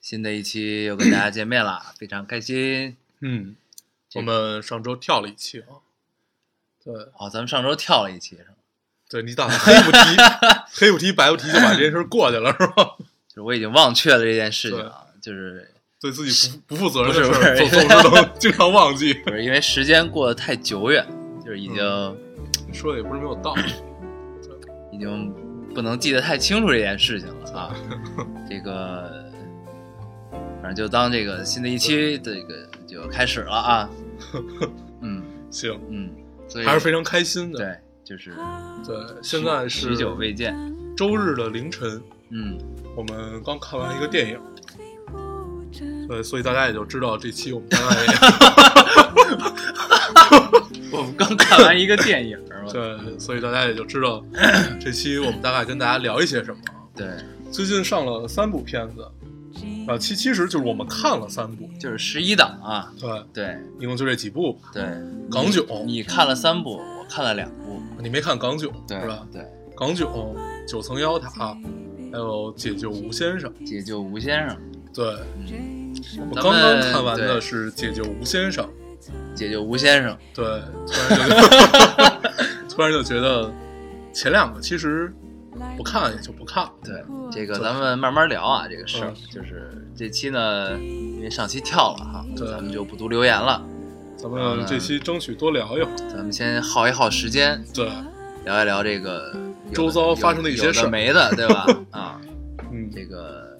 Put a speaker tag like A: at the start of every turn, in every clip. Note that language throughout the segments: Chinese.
A: 新的一期又跟大家见面 了，非常开心。
B: 嗯，
A: 这
B: 我们上周跳了一期啊。对，
A: 哦，咱们上周跳了一期是吗？
B: 对你打算黑不提，黑不提白不提就把这件事儿过去了是吧？
A: 就是我已经忘却了这件事情了，就是
B: 对自己不不负责任的
A: 不
B: 事
A: 是
B: 儿，
A: 不
B: 总
A: 是
B: 总是能经常忘记。
A: 就是因为时间过得太久远，就是已经、
B: 你说的也不是没有道理。
A: 已经不能记得太清楚这件事情了 啊。这个，反正就当这个新的一期这个就开始了 啊。嗯
B: 行，
A: 嗯，所以
B: 还是非常开心的。
A: 对，就是
B: 对，现在
A: 许
B: 是
A: 久未见。
B: 周日的凌晨，
A: 嗯，
B: 我们刚看完一个电影。对，所以大家也就知道这期我们大概也
A: 我们刚看完一个电影儿 嘛。
B: 对，所以大家也就知道这期我们大概跟大家聊一些什么啊。
A: 对，
B: 最近上了三部片子，啊，其其实就是我们看了三部，
A: 就是十一档啊。
B: 对，
A: 对
B: 一共就这几部吧。
A: 对，
B: 港囧
A: 你，你看了三部，我看了两部，
B: 你没看港囧
A: 对
B: 是吧？
A: 对，
B: 港囧、九层妖塔，还有解救吴先生。
A: 解救吴先生，
B: 对我
A: 咱
B: 刚刚
A: 们
B: 看完
A: 对
B: 的是解救吴先生，
A: 解救吴先生，
B: 对，突然就觉得 突然就 觉得前两个其实不看也就不看，
A: 对，这个
B: 对
A: 咱们慢慢聊啊，这个事儿
B: 嗯
A: 就是这期呢，因为上期跳了哈，
B: 对
A: 咱们就不读留言了，
B: 咱
A: 嗯
B: 们这期争取多聊一会儿。
A: 咱们先耗一耗时间，
B: 对，
A: 聊一聊这个有的
B: 周遭发生的一些
A: 有
B: 事儿
A: 有的没的，对吧？ 啊，
B: 嗯，
A: 这个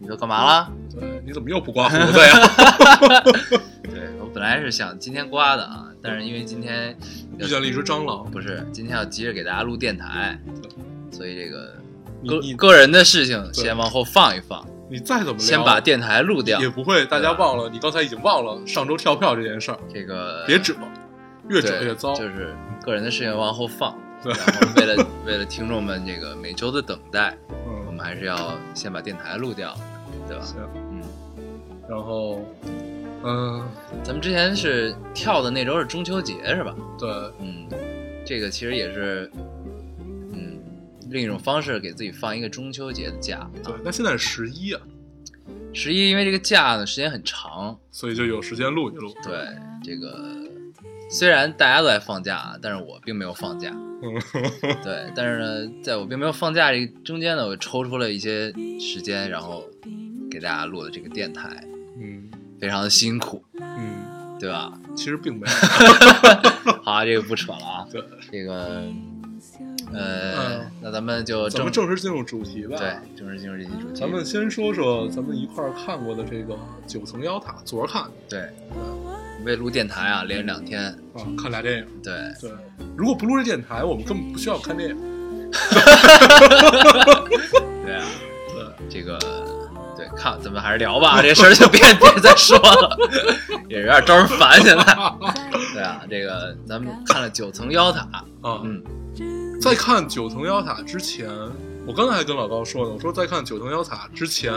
A: 你都干嘛啦？
B: 对，你怎么又不刮胡 子呀？
A: 啊 对我本来是想今天刮的啊，但是因为今天
B: 遇见了一只蟑螂，
A: 不是今天要急着给大家录电台，所以这个
B: 你
A: 个
B: 你
A: 个人的事情
B: 对
A: 先往后放一放，
B: 你再怎么聊
A: 先把电台录掉
B: 也，不会，大家
A: 对吧啊
B: 忘了，你刚才已经忘了上周跳票这件事儿，
A: 这个
B: 别指望，越指
A: 对，
B: 越糟。
A: 就是个人的事情往后放。
B: 对
A: 然后为了 为了听众们这个每周的等待，我
B: 嗯，
A: 们还是要先把电台录掉，对吧？
B: 行。
A: 嗯，
B: 然后，嗯，
A: 咱们之前是跳的那周是中秋节是吧？
B: 对，
A: 嗯，这个其实也是，嗯，另一种方式给自己放一个中秋节的假。啊
B: 对，那现在是十一啊，
A: 十一因为这个假呢时间很长，
B: 所以就有时间录一录。
A: 对这个虽然大家都在放假啊，但是我并没有放假。
B: 嗯，
A: 对，但是呢，在我并没有放假这个中间呢，我抽出了一些时间，然后给大家录的这个电台，
B: 嗯
A: 非常的辛苦，
B: 嗯，
A: 对吧？
B: 其实并没有。
A: 好、啊，这个不扯了啊，
B: 对，
A: 这个，呃，
B: 嗯
A: 那咱们就
B: 咱
A: 正
B: 们正式进入主题吧。
A: 对正式进入这期主题，
B: 咱们先说说咱们一块儿看过的这个《九层妖塔》，昨儿看的
A: 对为录电台啊，连着两天，
B: 啊，看俩电影。
A: 对，
B: 对，如果不录这电台，我们根本不需要看电影。
A: 对啊，
B: 对，
A: 这个。对，看咱们还是聊吧，这事儿就别别再说了，也有点招人烦。现在，对啊，这个咱们看了九层妖塔，
B: 啊，
A: 嗯，
B: 在看《九层妖塔》之前，我刚才还跟老高说呢，我说在看《九层妖塔》之前，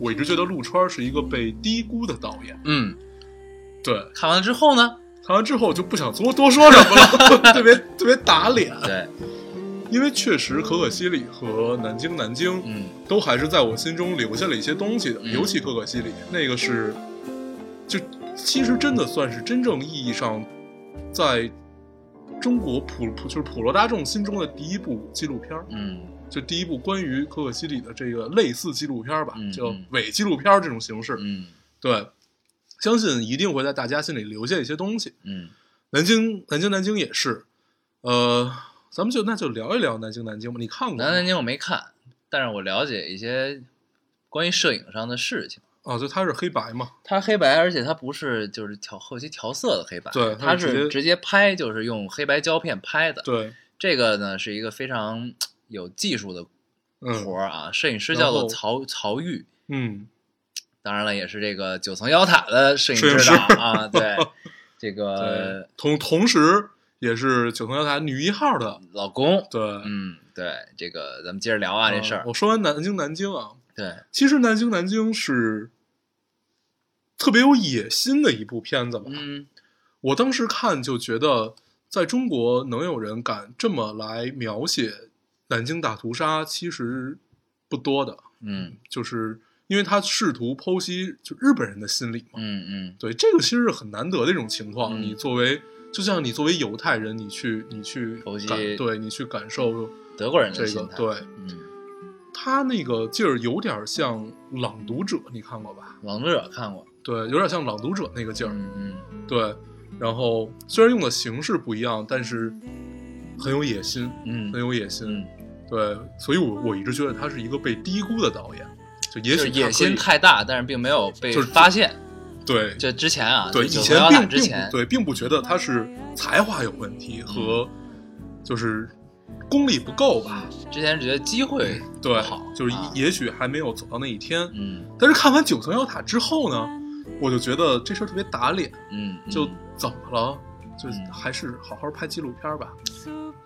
B: 我一直觉得陆川是一个被低估的导演。
A: 嗯，
B: 对，
A: 看完了之后呢，
B: 看完之后我就不想多多说什么 了，特别特别打脸。
A: 对，
B: 因为确实可可西里和南京南京
A: 嗯
B: 都还是在我心中留下了一些东西的，
A: 嗯
B: 尤其可可西里那个是，就其实真的算是真正意义上在。中国普普就是普罗大众心中的第一部纪录片儿，
A: 嗯
B: 就第一部关于可可西里的这个类似纪录片吧
A: 嗯，
B: 就
A: 嗯
B: 伪纪录片这种形式，
A: 嗯
B: 对，相信一定会在大家心里留下一些东西。
A: 嗯
B: 南京，南京，南京也是，呃，咱们就那就聊一聊南京，南京吧。你看过吗
A: 南南京我没看，但是我了解一些关于摄影上的事情。
B: 啊？就它是黑白嘛，
A: 它黑白，而且它不是就是调后期调色的黑白，
B: 对
A: 它
B: 它是直
A: 是
B: 接
A: 直接拍，就是用黑白胶片拍的。
B: 对，
A: 这个呢是一个非常有技术的
B: 嗯
A: 活儿啊，摄影师
B: 然
A: 叫做
B: 后
A: 曹曹禺，
B: 嗯，
A: 当然了，也是这个九层妖塔的摄影
B: 摄影
A: 指
B: 师
A: 导啊， 对，这个
B: 对，同同时也是九层妖塔女一号的，
A: 老公，
B: 对，
A: 嗯，对，这个咱们接着聊啊，这事
B: 啊
A: 儿，
B: 我说完南京，南京啊，
A: 对，
B: 其实南京，南京是特别有野心的一部片子吧。
A: 嗯，
B: 我当时看就觉得，在中国能有人敢这么来描写南京大屠杀，其实不多的，
A: 嗯，
B: 就是因为他试图剖析就日本人的心理嘛。
A: 嗯，嗯，
B: 对，这个其实是很难得的一种情况。
A: 嗯
B: 你作为，就像你作为犹太人，你去你去
A: 投机
B: 感，对你去感受
A: 德国人
B: 这
A: 的
B: 个
A: 心，态，，
B: 对
A: 嗯，
B: 他那个劲儿有点像《朗读者》，你看过吧？
A: 朗读者看过，
B: 对，有点像《朗读者》那个劲儿。
A: 嗯嗯，
B: 对，然后虽然用的形式不一样，但是很有野心，
A: 嗯
B: 很有野心。
A: 嗯，
B: 对，所以我我一直觉得他是一个被低估的导演，就也
A: 就是
B: 许
A: 野
B: 他可以
A: 心太大，但是并没有被
B: 就是
A: 发现。
B: 对
A: 就之前啊，
B: 对，以
A: 就
B: 前
A: 九层妖塔
B: 并
A: 之
B: 并
A: 前嗯
B: 不，对，并不觉得他是才华有问题和就是功力不够吧。
A: 之前只觉得机会
B: 对
A: 嗯不好，，
B: 就是
A: 啊
B: 也许还没有走到那一天。
A: 嗯
B: 但是看完《九层妖塔》之后呢，我就觉得这事儿特别打脸，
A: 嗯，嗯
B: 就怎么了？就
A: 嗯
B: 还是好好拍纪录片儿吧。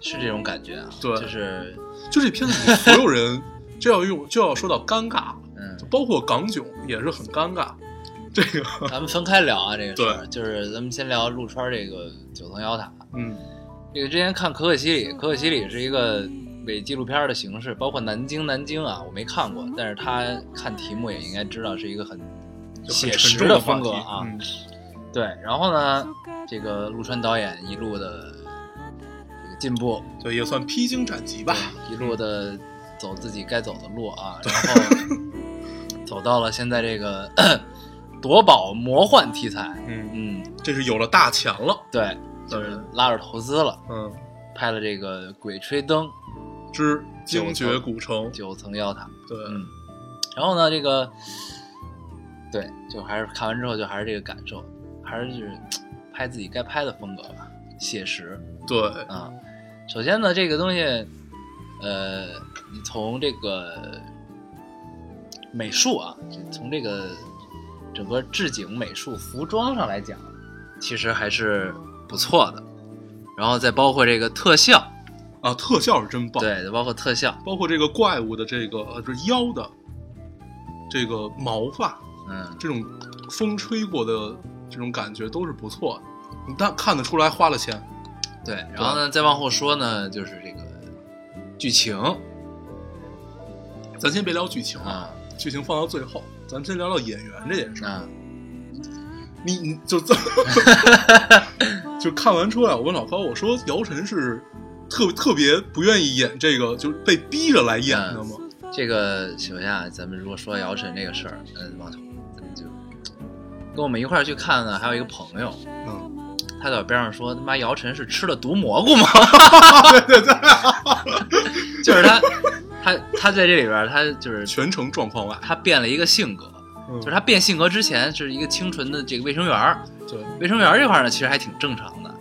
A: 是这种感觉啊，
B: 对
A: 就是
B: 就这片子里所有人 就要用就要说到尴尬，
A: 嗯
B: 就，包括港囧也是很尴尬。这个，
A: 咱们分开聊啊，这个事儿，就是咱们先聊陆川这个九层妖塔。
B: 嗯，
A: 这个之前看可可西里，可可西里是一个伪纪录片的形式，包括南京南京啊，我没看过，但是他看题目也应该知道是一个很
B: 就很
A: 写
B: 沉
A: 实
B: 重的话
A: 风格
B: 题
A: 啊。
B: 嗯
A: 对，然后呢，这个陆川导演一路的这个进步，
B: 对，也算披荆斩棘吧。
A: 一路的走自己该走的路啊，然后走到了现在这个夺宝魔幻题材，
B: 嗯，
A: 嗯，
B: 这是有了大钱了。
A: 对，
B: 对，
A: 拉着投资了，
B: 嗯，
A: 拍了这个《鬼吹灯》
B: 之精绝古城，
A: 九层妖塔，
B: 对，
A: 嗯，然后呢，这个对，就还是看完之后就还是这个感受，还是拍自己该拍的风格吧，写实，
B: 对，
A: 啊。首先呢，这个东西，呃，你从这个美术啊，就从这个整个置景、美术、服装上来讲，其实还是不错的。然后再包括这个特效，
B: 啊，特效是真棒，
A: 对，包括特效，
B: 包括这个怪物的这个呃，就是腰的这个毛发，
A: 嗯，
B: 这种风吹过的这种感觉都是不错的。你但看得出来花了钱，
A: 对。然后呢，再往后说呢，就是这个剧情
B: 咱先别聊剧情啊，
A: 啊，
B: 剧情放到最后，咱们先聊聊演员这件事儿。
A: 啊，嗯
B: 你你就 就看完出来，我问老高，我说姚晨是特特别不愿意演这个，就是被逼着来演的吗？
A: 这个首先啊，咱们如果说姚晨这个事儿，嗯，往咱们就跟我们一块儿去看呢，还有一个朋友，
B: 嗯，
A: 他在我边上说：“他妈姚晨是吃了毒蘑菇吗？” 对对对，就是他，他他在这里边儿，他就是
B: 全程状况外，
A: 他变了一个性格，
B: 嗯
A: 就是他变性格之前是一个清纯的这个卫生员儿，
B: 对
A: 卫生员儿这块儿呢其实还挺正常的，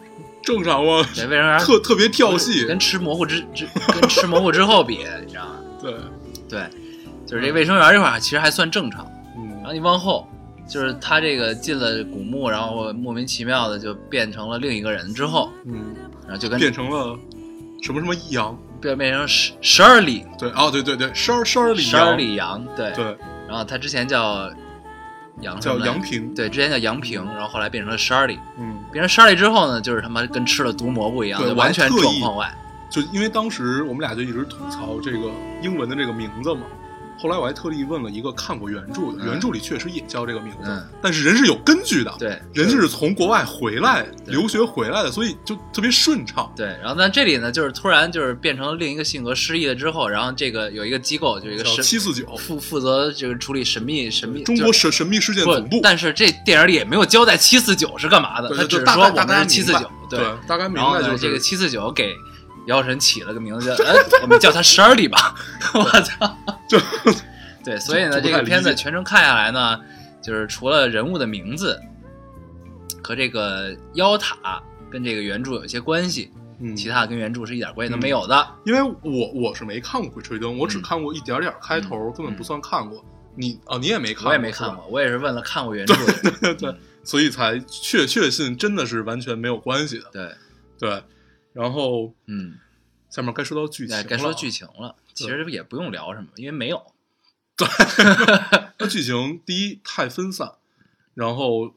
B: 正常吗？
A: 对卫生员儿
B: 特特别跳戏，
A: 跟吃蘑菇之之跟吃蘑菇之后比，你知道吗？
B: 对，
A: 对，就是这卫生员儿这块儿其实还算正常。然后
B: 嗯，
A: 你往后，就是他这个进了古墓，然后莫名其妙的就变成了另一个人之后，
B: 嗯，
A: 然后就跟
B: 变成了什么什么一阳，
A: 变变成十十二里
B: 对，哦，对对对，十二十二里
A: 十二
B: 阳，
A: 里杨，对。
B: 对，
A: 然后他之前叫杨什
B: 叫
A: 么来
B: 杨，平，
A: 嗯对，之前叫杨平，然后后来变成了十二里。
B: 嗯，
A: 变成十二里之后呢，就是他妈跟吃了毒蘑菇一样，
B: 对
A: 就
B: 我还
A: 完全
B: 特意
A: 状况外。
B: 就因为当时我们俩就一直吐槽这个英文的这个名字嘛，后来我还特地问了一个看过原著的，
A: 嗯
B: 原著里确实也叫这个名字，
A: 嗯
B: 但是人是有根据的，
A: 对
B: 人是从国外回来
A: 对
B: 留学回来的，所以就特别顺畅。
A: 对，然后但这里呢，就是突然就是变成另一个性格失忆了之后，然后这个有一个机构，就一个
B: 叫
A: 神
B: 七四九，
A: 负负责就是处理神秘神秘
B: 中
A: 就
B: 国
A: 是
B: 神神秘事件
A: 不，
B: 总部，
A: 但是这电影里也没有交代七四九是干嘛的，
B: 对
A: 他
B: 对
A: 只
B: 就是大
A: 说
B: 概
A: 我
B: 大
A: 们
B: 概
A: 是
B: 明
A: 七四
B: 白
A: 九，
B: 对，大概明
A: 然后
B: 白
A: 呢，
B: 就
A: 这个
B: 是
A: 七四九给姚晨起了个名字，叫哎， 我们叫他十二里吧。 我操！
B: 就
A: 对，所以呢，
B: 就不
A: 这
B: 太
A: 个片子
B: 理解
A: 全程看下来呢，就是除了人物的名字和这个妖塔跟这个原著有一些关系，
B: 嗯
A: 其他的跟原著是一点关系都没有的。
B: 因为我我是没看过《鬼吹灯》，我只
A: 嗯
B: 看过一点点开头，根
A: 嗯
B: 本不算看过。你哦，你也没看过，
A: 我也没看
B: 是吧，
A: 过，我也是问了看过原著的人。
B: 所以才确确信真的是完全没有关系的。
A: 对，
B: 对，然后
A: 嗯，
B: 下面该说到剧情
A: 那
B: 了，
A: 哎该说剧情了。其实也不用聊什么，因为没有。
B: 啊那剧情第一太分散，然后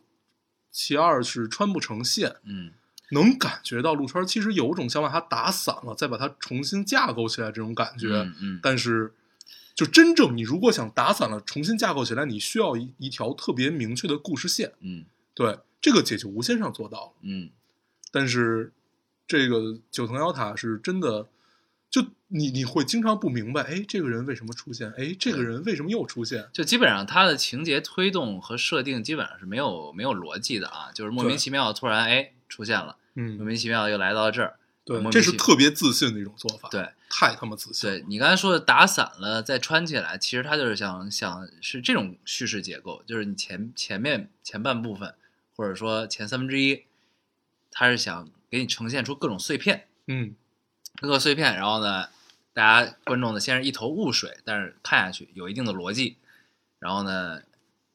B: 其二是穿不成线，
A: 嗯，
B: 能感觉到陆川其实有种想把它打散了，再把它重新架构起来这种感觉。
A: 嗯嗯，
B: 但是，就真正你如果想打散了重新架构起来，你需要一一条特别明确的故事线。
A: 嗯
B: 对，这个解救无线上做到了，
A: 嗯
B: 但是这个九层妖塔是真的。就你你会经常不明白，哎，这个人为什么出现？哎，这个人为什么又出现？
A: 就基本上它的情节推动和设定基本上是没有没有逻辑的啊，就是莫名
B: 对
A: 其妙突然哎出现了，莫
B: 嗯，
A: 名其妙又来到这儿。
B: 对
A: 莫，名
B: 这是
A: 其
B: 特别自信的一种做法。，
A: 对
B: 太他妈自信了。
A: 对，你刚才说的打散了再穿起来，其实它就是想想是这种叙事结构，就是你前前面前半部分或者说前三分之一，它是想给你呈现出各种碎片，
B: 嗯，
A: 各个碎片，然后呢，大家观众呢先是一头雾水，但是看下去有一定的逻辑，然后呢，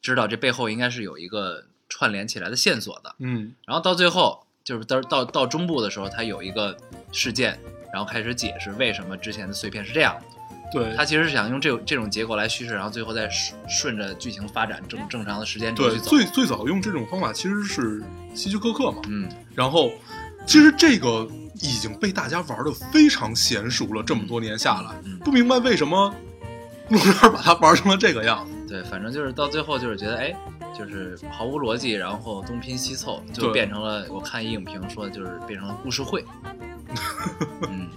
A: 知道这背后应该是有一个串联起来的线索的，
B: 嗯，
A: 然后到最后就是到到到中部的时候，它有一个事件，然后开始解释为什么之前的碎片是这样的。
B: 对，
A: 他其实是想用这种这种结构来叙事，然后最后再顺顺着剧情发展正正常的时间轴
B: 对，
A: 去走。
B: 最最早用这种方法其实是希区柯克嘛，
A: 嗯，
B: 然后其实这个已经被大家玩的非常娴熟了，这么多年下来，
A: 嗯
B: 不明白为什么陆川把它玩成了这个样子。
A: 对，反正就是到最后就是觉得，哎，就是毫无逻辑，然后东拼西凑，就
B: 对
A: 变成了我看一影评说就是变成了故事会。嗯，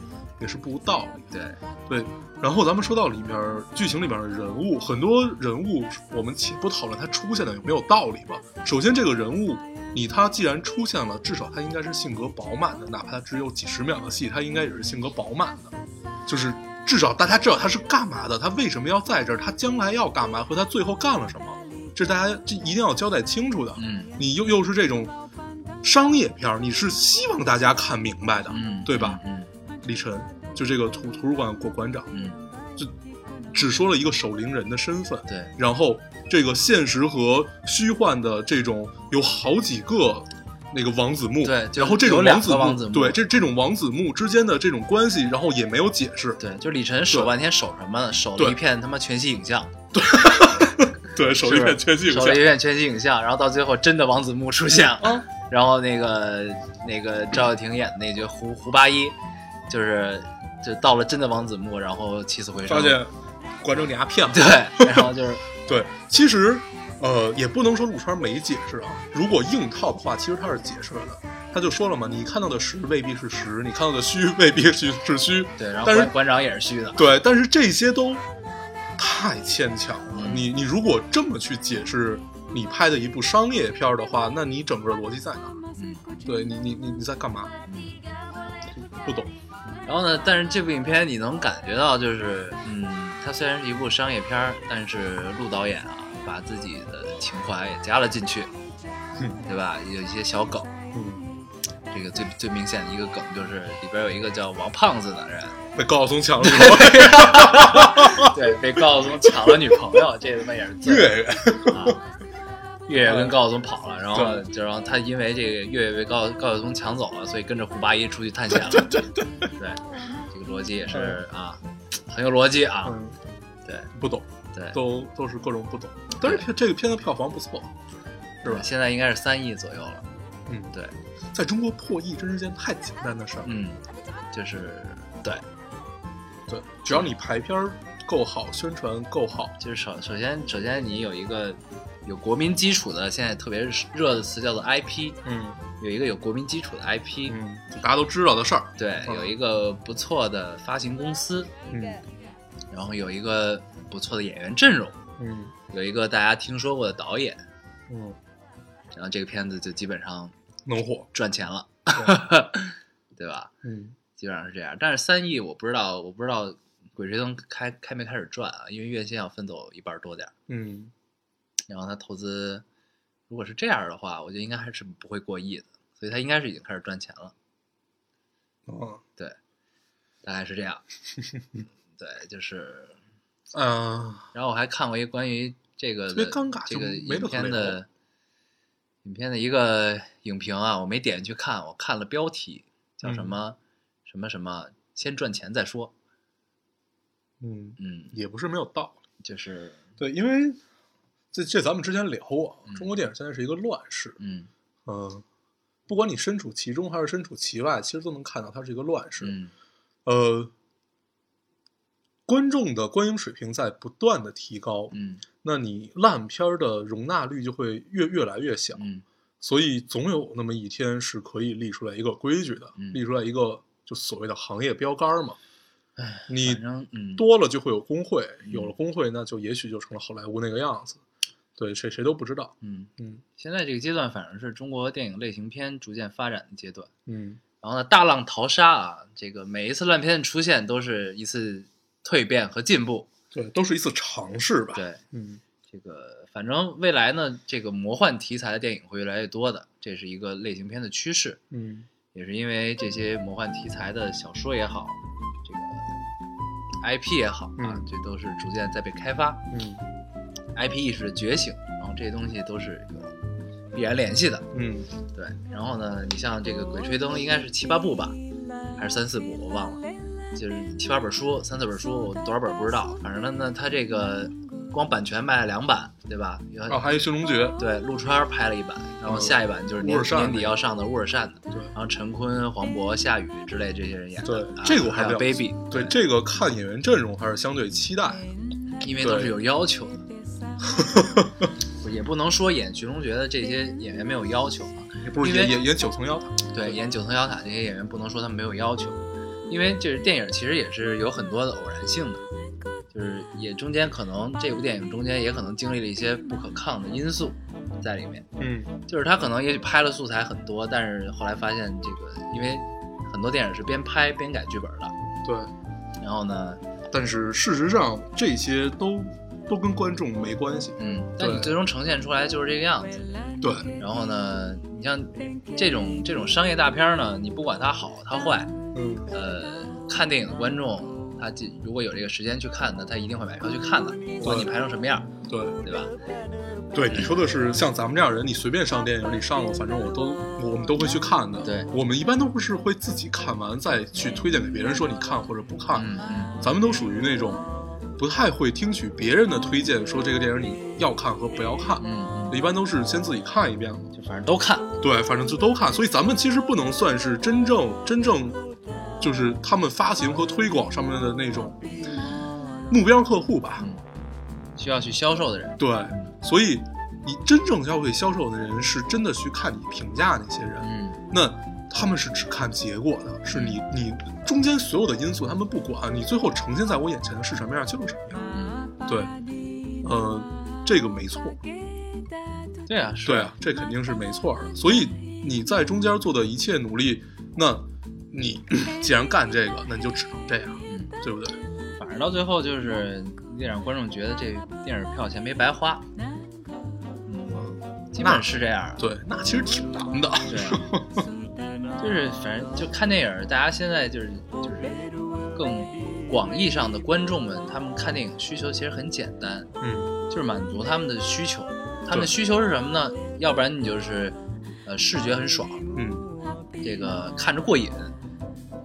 B: 也是不无道理。
A: 对，
B: 对，然后咱们说到里面剧情里面的人物，很多人物我们且不讨论他出现的有没有道理吧。首先，这个人物你他既然出现了，至少他应该是性格饱满的，哪怕他只有几十秒的戏，他应该也是性格饱满的，就是至少大家知道他是干嘛的，他为什么要在这儿，他将来要干嘛，和他最后干了什么，这大家这一定要交代清楚的。
A: 嗯
B: 你又又是这种商业片儿，你是希望大家看明白的，
A: 嗯，
B: 对吧？
A: 嗯
B: 李晨，就这个图图书馆馆馆长，
A: 嗯，
B: 只说了一个守灵人的身份，
A: 对，
B: 然后这个现实和虚幻的这种有好几个那个王子墓，
A: 对就
B: 然后这
A: 有
B: 种
A: 两
B: 王子
A: 个
B: 墓，
A: 王子墓
B: 对，这这种王子墓之间的这种关系，然后也没有解释，
A: 对，就李晨守
B: 对
A: 半天守什么呢？守了
B: 对
A: 一片他妈全息影像，
B: 对，手里
A: 是
B: 面全息影
A: 守
B: 像
A: 了一，片全息影像，然后到最后真的王子木出现了。
B: 啊，
A: 然后那个那个赵又廷演的那句胡胡八一，就是就到了真的王子木，然后起死回生，
B: 发现观众给他骗了，
A: 对，然后就是
B: 对，其实呃也不能说陆川没解释啊，如果硬套的话，其实他是解释了的。他就说了嘛，你看到的实未必是实，你看到的虚未必是是虚。
A: 对，然后
B: 但是
A: 馆馆长也是虚的，
B: 对，但是这些都太牵强了。
A: 嗯
B: 你你如果这么去解释你拍的一部商业片儿的话，那你整个逻辑在哪儿？
A: 嗯，
B: 对你你你你在干嘛？不懂。
A: 然后呢，但是这部影片你能感觉到，就是嗯，它虽然是一部商业片儿，但是陆导演啊，把自己的情怀也加了进去，
B: 嗯
A: 对吧？有一些小梗，
B: 嗯，
A: 这个最最明显的一个梗就是里边有一个叫王胖子的人，
B: 被高晓松抢了一个哦
A: 对，被高晓松抢了女朋友，这他妈也是最
B: 月月。
A: 啊， 月月跟高晓松跑了，然后就然后他因为这个月月被高高晓松抢走了，所以跟着胡八一出去探 险了。对对对这个逻辑也是啊，很有逻辑啊。
B: 嗯，
A: 对
B: 不懂，
A: 对，
B: 都都是各种不懂。但是片这个片子票房不错，是吧？
A: 现在应该是三亿左右了。
B: 嗯，
A: 对，
B: 在中国破亿真是件太简单的事儿。
A: 嗯，就是对，
B: 对，只要你排片儿够好，宣传够好，
A: 就是首首先首先你有一个有国民基础的，现在特别热的词叫做 IP，
B: 嗯
A: 有一个有国民基础的 IP，、
B: 嗯，大家都知道的事儿。
A: 对，
B: 嗯
A: 有一个不错的发行公司，
B: 嗯
A: 然后有一个不错的演员阵容。
B: 嗯
A: 有一个大家听说过的导演，
B: 嗯，
A: 然后这个片子就基本上
B: 能火。
A: 赚钱了， 对吧？
B: 嗯
A: 基本上是这样。但是三亿我不知道，我不知道《鬼吹灯开》开没开始赚啊，因为院线要分走一半多点儿，
B: 嗯，
A: 然后他投资如果是这样的话，我觉得应该还是不会过亿的，所以他应该是已经开始赚钱了，
B: 啊，
A: 大概是这样。对，就是
B: 嗯，
A: 然后我还看过一个关于这个
B: 特别
A: 的
B: 尴尬
A: 这
B: 就
A: 个
B: 没
A: 影
B: 得可
A: 片
B: 聊
A: 的影片的一个影评啊，我没点进去看，我看了标题叫什
B: 嗯
A: 么、什么什么，先赚钱再说。
B: 嗯，
A: 嗯，
B: 也不是没有道理。
A: 就是
B: 对，因为这这咱们之前聊过啊
A: 嗯，
B: 中国电影现在是一个乱世，
A: 嗯
B: 嗯，不管你身处其中还是身处其外，其实都能看到它是一个乱世。
A: 嗯
B: 呃，观众的观影水平在不断的提高，
A: 嗯
B: 那你烂片儿的容纳率就会越越来越小，
A: 嗯
B: 所以总有那么一天是可以立出来一个规矩的，
A: 嗯
B: 立出来一个就所谓的行业标杆儿嘛。你
A: 反正嗯
B: 多了就会有工会，
A: 嗯
B: 有了工会，那就也许就成了好莱坞那个样子。对，谁谁都不知道。
A: 嗯，
B: 嗯
A: 现在这个阶段反正是中国电影类型片逐渐发展的阶段。
B: 嗯，
A: 然后呢，大浪淘沙啊，这个每一次烂片的出现都是一次蜕变和进步。
B: 对，都是一次尝试吧。，
A: 对，
B: 嗯
A: 这个反正未来呢，这个魔幻题材的电影会越来越多的，这是一个类型片的趋势，
B: 嗯
A: 也是因为这些魔幻题材的小说也好，这个 IP 也好啊
B: 嗯，
A: 这都是逐渐在被开发
B: 嗯
A: ，IP 意识的觉醒，然后这些东西都是有必然联系的。
B: 嗯，
A: 对，然后呢，你像这个《鬼吹灯》应该是七八部吧，还是三四部，我忘了，就是七八本书，三四本书，多少本不知道，反正呢，它这个光版权卖了两版，对吧？有
B: 然后哦还有《寻龙诀》，
A: 对，陆川拍了一版，然后
B: 嗯
A: 下一版就是
B: 乌
A: 年
B: 尔善
A: 年
B: 那
A: 底
B: 个
A: 要上的乌尔善的，
B: 对
A: 然后陈坤、黄渤、夏雨之类这些人演的，
B: 对
A: 啊
B: 这个我还
A: 还有
B: 比较
A: baby，
B: 对，这个看演员阵容还是相对期待的。
A: 因为都是
B: 对
A: 有要求的， 不也不能说演《寻龙诀》的这些演员没有要求啊，
B: 嗯不是
A: 因为
B: 演演演九层妖塔，
A: 对，演九层妖塔这些演员不能说他们没有要求，因为就是电影其实也是有很多的偶然性的，就是也中间可能这部电影中间也可能经历了一些不可抗的因素在里面，
B: 嗯
A: 就是他可能也许拍了素材很多，但是后来发现这个因为很多电影是边拍边改剧本的，
B: 对，
A: 然后呢，
B: 但是事实上这些都都跟观众没关系，
A: 嗯，但你
B: 对
A: 最终呈现出来就是这个样子。
B: 对，
A: 然后呢，你像这种这种商业大片儿呢，你不管它好它坏，
B: 嗯
A: 呃，看电影的观众，他就如果有这个时间去看呢，他一定会买票去看的，不管你排成什么样，
B: 对
A: 对吧？
B: 对，你说的是像咱们这样人，你随便上电影，你上了，反正我都我们都会去看的，
A: 对
B: 我们一般都不是会自己看完再去推荐给别人说你看或者不看，
A: 嗯嗯
B: 咱们都属于那种不太会听取别人的推荐，说这个电影你要看和不要看，
A: 嗯
B: 一般都是先自己看一遍了。
A: 嗯，就反正都看，
B: 对，反正就都看，所以咱们其实不能算是真正真正，就是他们发行和推广上面的那种目标客户吧。
A: 嗯，需要去销售的人，
B: 对，所以你真正消费销售的人是真的去看你评价那些人，
A: 嗯
B: 那他们是只看结果的，是你你中间所有的因素他们不管，你最后呈现在我眼前的是什么样就是什么样。
A: 嗯，
B: 对，呃，这个没错。
A: 对啊，是
B: 对啊，，这肯定是没错儿的。所以你在中间做的一切努力，那你 既然干这个，那你就只能这样，
A: 嗯，
B: 对不对？
A: 反正到最后就是得让观众觉得这电影票钱没白花，嗯，基本是这样。
B: 对，那其实挺难的。
A: 对啊，就是反正就看电影儿，大家现在就是就是更广义上的观众们，他们看电影需求其实很简单，
B: 嗯
A: 就是满足他们的需求。他们
B: 对
A: 的需求是什么呢？要不然你就是呃视觉很爽，
B: 嗯
A: 这个看着过瘾；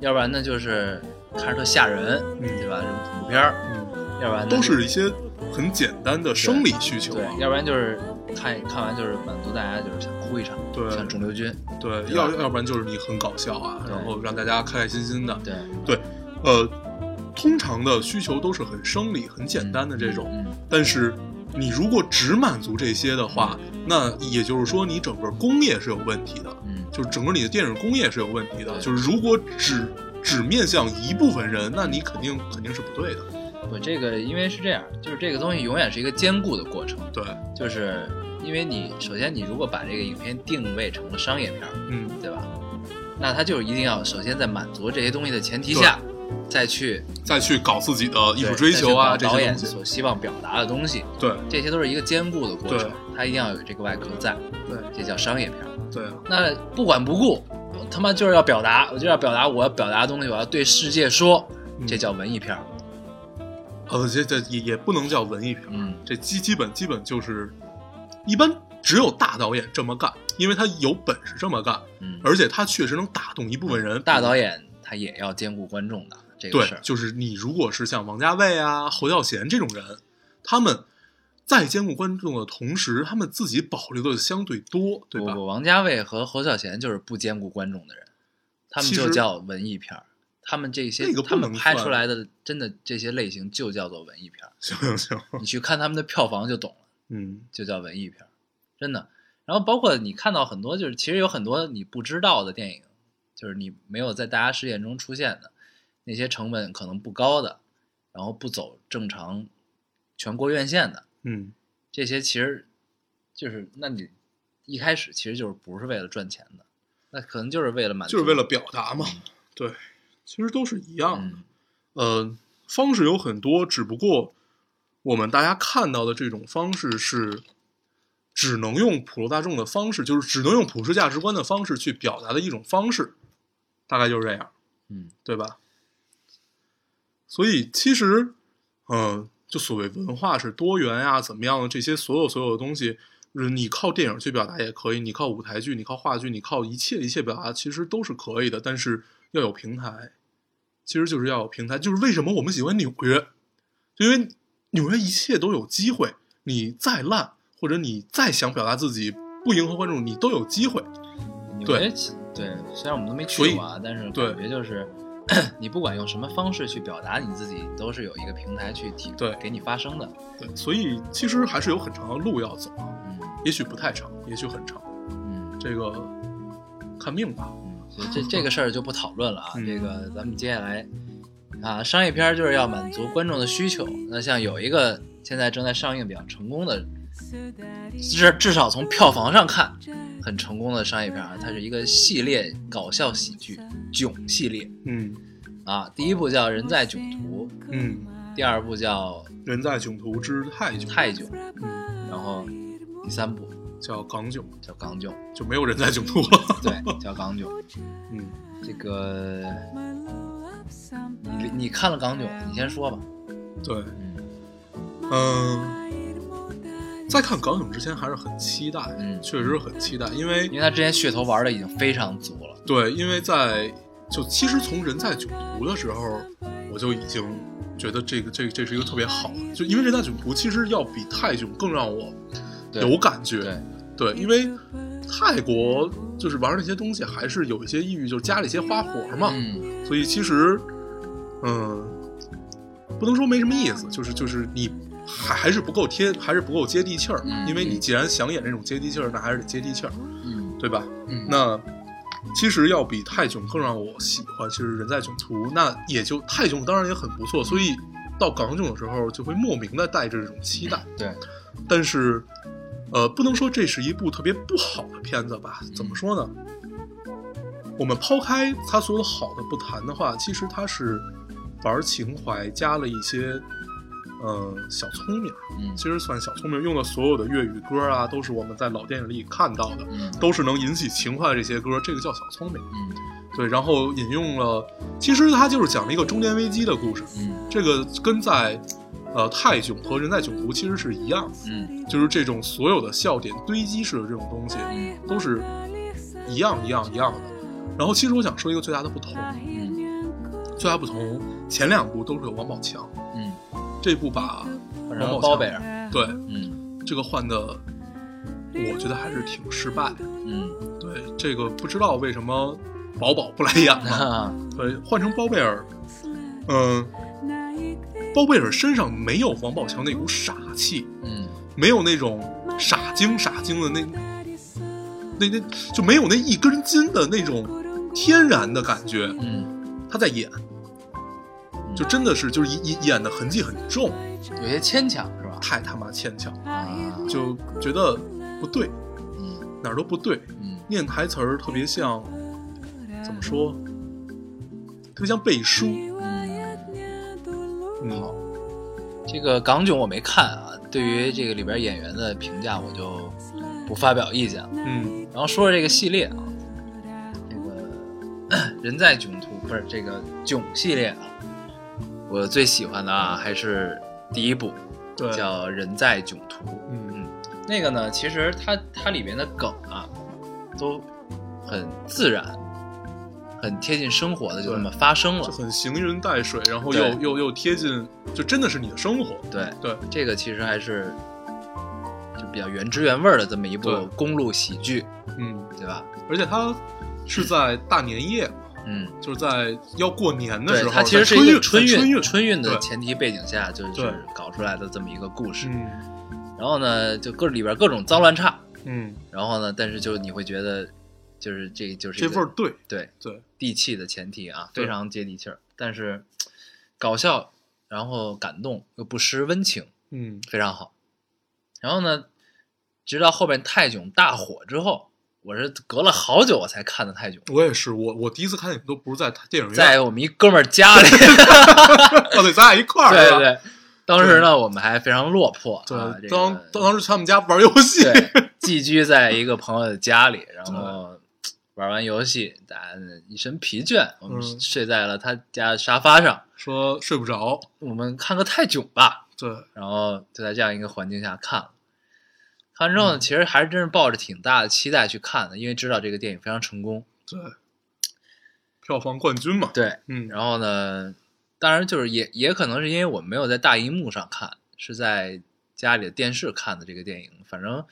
A: 要不然呢就是看着特吓人，对吧？这种恐怖片儿；
B: 嗯，
A: 要不然呢
B: 都是一些很简单的生理需求
A: 对
B: 啊，。
A: 要不然就是看看完就是满足大家就是想哭一场，
B: 对
A: 像肿瘤君，
B: 对，
A: 对吧
B: 要要不然就是你很搞笑啊，
A: 对
B: 然后让大家开开心心的。
A: 对，
B: 对，呃，通常的需求都是很生理、很简单的这种。
A: 嗯
B: 但是你如果只满足这些的话，那也就是说你整个工业是有问题的。
A: 嗯，
B: 就是整个你的电影工业是有问题的。
A: 对
B: 就是如果只只面向一部分人，那你肯定肯定是不对的。
A: 不，嗯这个因为是这样，就是这个东西永远是一个兼顾的过程，
B: 对，
A: 就是因为你首先你如果把这个影片定位成了商业片儿，
B: 嗯，
A: 对吧？那它就是一定要首先在满足这些东西的前提下，再去
B: 再去搞自己的艺术
A: 对
B: 追
A: 再去
B: 求啊，
A: 搞
B: 这
A: 导
B: 些
A: 演
B: 东西。
A: 所希望表达的东西，
B: 对
A: 这些都是一个兼顾的过程
B: 对，
A: 它一定要有这个外壳在，
B: 对
A: 这叫商业片儿。
B: 对啊，
A: 那不管不顾，我他妈就是要表达，我就要表达我要表达的东西，我要对世界说，
B: 嗯
A: 这叫文艺片儿。
B: 呃，这这也也不能叫文艺片，
A: 嗯
B: 这基基本基本就是，一般只有大导演这么干，因为他有本事这么干，
A: 嗯，
B: 而且他确实能打动一部分人。
A: 大导演他也要兼顾观众的这个
B: 对
A: 事儿，，
B: 就是你如果是像王家卫啊、侯孝贤这种人，他们在兼顾观众的同时，他们自己保留的相对多，对
A: 不
B: 吧？
A: 不，王家卫和侯孝贤就是不兼顾观众的人，他们
B: 其
A: 就
B: 实
A: 叫文艺片儿。他们这些，
B: 那个不
A: 他们
B: 能
A: 拍
B: 算啊
A: 出来的真的这些类型就叫做文艺片儿。
B: 行行行，
A: 你去看他们的票房就懂了，
B: 嗯，
A: 就叫文艺片儿，真的。然后包括你看到很多，就是其实有很多你不知道的电影，就是你没有在大家视线中出现的，那些成本可能不高的，然后不走正常全国院线的，
B: 嗯，
A: 这些其实就是，那你一开始其实就是不是为了赚钱的，那可能就是为了满足，
B: 嗯就是为了表达嘛。对，其实都是一样的。
A: 嗯
B: 呃，方式有很多，只不过我们大家看到的这种方式是只能用普罗大众的方式，就是只能用普世价值观的方式去表达的一种方式，大概就是这样，
A: 嗯
B: 对吧？所以其实，嗯、就所谓文化是多元呀、怎么样的这些所有所有的东西。呃你靠电影去表达也可以，你靠舞台剧，你靠话剧，你靠一切一切表达，其实都是可以的，但是要有平台。其实就是要有平台。就是为什么我们喜欢纽约，就因为纽约一切都有机会，你再烂或者你再想表达自己不迎合观众，你都有机会。
A: 纽
B: 对
A: 约其对，虽然我们都没
B: 所
A: 去
B: 以
A: 过啊，但是
B: 对
A: 感觉就是， 你不管用什么方式去表达你自己，都是有一个平台去提
B: 对
A: 给你发声的。
B: 对，所以其实还是有很长的路要走，啊
A: 嗯
B: 也许不太长，也许很长，
A: 嗯
B: 这个看命吧。
A: 嗯，所以这这个事儿就不讨论了啊。
B: 嗯
A: 这个咱们接下来啊，商业片儿就是要满足观众的需求。那像有一个现在正在上映比较成功的，至至少从票房上看很成功的商业片儿啊，它是一个系列搞笑喜剧囧系列
B: 嗯
A: 啊。第一部叫《人在囧途
B: 嗯，》，
A: 第二部叫
B: 人在囧途之泰
A: 《
B: 囧，
A: 泰囧》，
B: 嗯
A: 然后第三部
B: 叫港囧，
A: 叫《港囧》，
B: 就没有人在囧途了。
A: 对，叫《港囧》。
B: 嗯，
A: 这个你你看了《港囧》，你先说吧。
B: 对，
A: 嗯
B: 嗯，在看港囧之前还是很期待，
A: 嗯
B: 确实很期待，因为
A: 因为他之前噱头玩的已经非常足了。
B: 对，因为在就其实从人在囧途的时候，我就已经觉得这个这个这是一个特别好的，就因为人在囧途其实要比泰囧更让我
A: 对
B: 有感觉，啊
A: 对，
B: 对因为泰国就是玩那些东西还是有一些抑郁，就是加了一些花活嘛，
A: 嗯，
B: 所以其实嗯，不能说没什么意思，就是就是你。还还是不够贴，还是不够接地气儿，
A: 嗯
B: 因为你既然想演这种接地气儿，那还是得接地气儿，
A: 嗯
B: 对吧？
A: 嗯
B: 那其实要比泰囧更让我喜欢，其实人在囧途，那也就泰囧当然也很不错，所以到港囧的时候就会莫名的带着这种期待，
A: 对，
B: 但是呃，不能说这是一部特别不好的片子吧？怎么说呢？我们抛开它所有的好的不谈的话，其实它是玩情怀加了一些呃小聪明，
A: 嗯
B: 其实算小聪明，用的所有的粤语歌啊，都是我们在老电影里看到的。
A: 嗯
B: 都是能引起情怀的这些歌，这个叫小聪明。
A: 嗯
B: 对，然后引用了，其实它就是讲了一个中年危机的故事。
A: 嗯
B: 这个跟在呃泰囧和人在囧途其实是一样的，
A: 嗯
B: 就是这种所有的笑点堆积式的这种东西
A: 嗯
B: 都是一样一样一样的。然后其实我想说一个最大的不同，
A: 嗯
B: 最大不同前两部都是有王宝强，
A: 嗯，
B: 这部把
A: 换
B: 王
A: 成
B: 宝
A: 包
B: 强
A: 贝尔，
B: 对
A: 嗯
B: 这个换的，我觉得还是挺失败的。
A: 嗯，
B: 对，这个不知道为什么宝宝不来演 了。
A: 啊
B: 对，换成包贝尔，嗯、包贝尔身上没有王宝强那股傻气，
A: 嗯
B: 没有那种傻精傻精的那那那就没有那一根筋的那种天然的感觉。
A: 嗯，
B: 他在演，就真的是就是演演的痕迹很重，
A: 有些牵强是吧？
B: 太他妈牵强，
A: 啊，
B: 就觉得不对，
A: 嗯
B: 哪儿都不对。
A: 嗯
B: 念台词儿特别像，怎么说？特别像背书。
A: 嗯，
B: 嗯，
A: 好。这个港囧我没看啊，对于这个里边演员的评价我就不发表意见了。
B: 嗯
A: 然后说说这个系列啊， 这个人在囧途不是这个囧系列啊，我我最喜欢的啊，还是第一部
B: 对，
A: 叫《人在囧途》。
B: 嗯
A: 那个呢，其实它它里面的梗啊，都很自然，很贴近生活的，就
B: 对
A: 那么发生了
B: 就。很行云带水，然后又
A: 对
B: 又又贴近，就真的是你的生活。
A: 对
B: 对，
A: 这个其实还是就比较原汁原味儿的这么一
B: 对
A: 部公路喜剧，
B: 嗯，
A: 对吧？
B: 而且它是在大年夜，
A: 嗯，
B: 就是在要过年的
A: 对
B: 时，候，
A: 它其实
B: 在
A: 是一个
B: 春
A: 运
B: 在
A: 春
B: 运
A: 春运的
B: 对
A: 前提背景下，就
B: 对
A: 是搞出来的这么一个故事。
B: 嗯
A: 然后呢，就各里边各种脏乱差，
B: 嗯，
A: 然后呢，但是就你会觉得，就是这就是
B: 这
A: 一个
B: 味儿对
A: 对
B: 对，
A: 地气的前提啊，
B: 对
A: 非常接地气儿，但是搞笑，然后感动又不失温情，
B: 嗯
A: 非常好。然后呢，直到后面泰囧大火之后，我是隔了好久我才看的泰囧，
B: 我也是，我我第一次看电影都不是在电影院，
A: 在我们一哥们儿家里，
B: 哦对，咱俩一块儿，
A: 对
B: 是吧
A: 对对，当时呢我们还非常落魄啊，这
B: 对，当
A: 个
B: 当时他们家玩游戏，
A: 对， 寄居在一个朋友的家里，然后玩完游戏，大家一身疲倦，我们
B: 嗯
A: 睡在了他家的沙发上，
B: 说睡不着，
A: 我们看个泰囧吧，
B: 对，
A: 然后就在这样一个环境下看了。看完之后
B: 嗯
A: 呢，其实还是真是抱着挺大的期待去看的，因为知道这个电影非常成功。
B: 对，票房冠军嘛，
A: 对，
B: 嗯，
A: 然后呢，当然就是也也可能是因为我没有在大荧幕上看，是在家里的电视看的这个电影。反正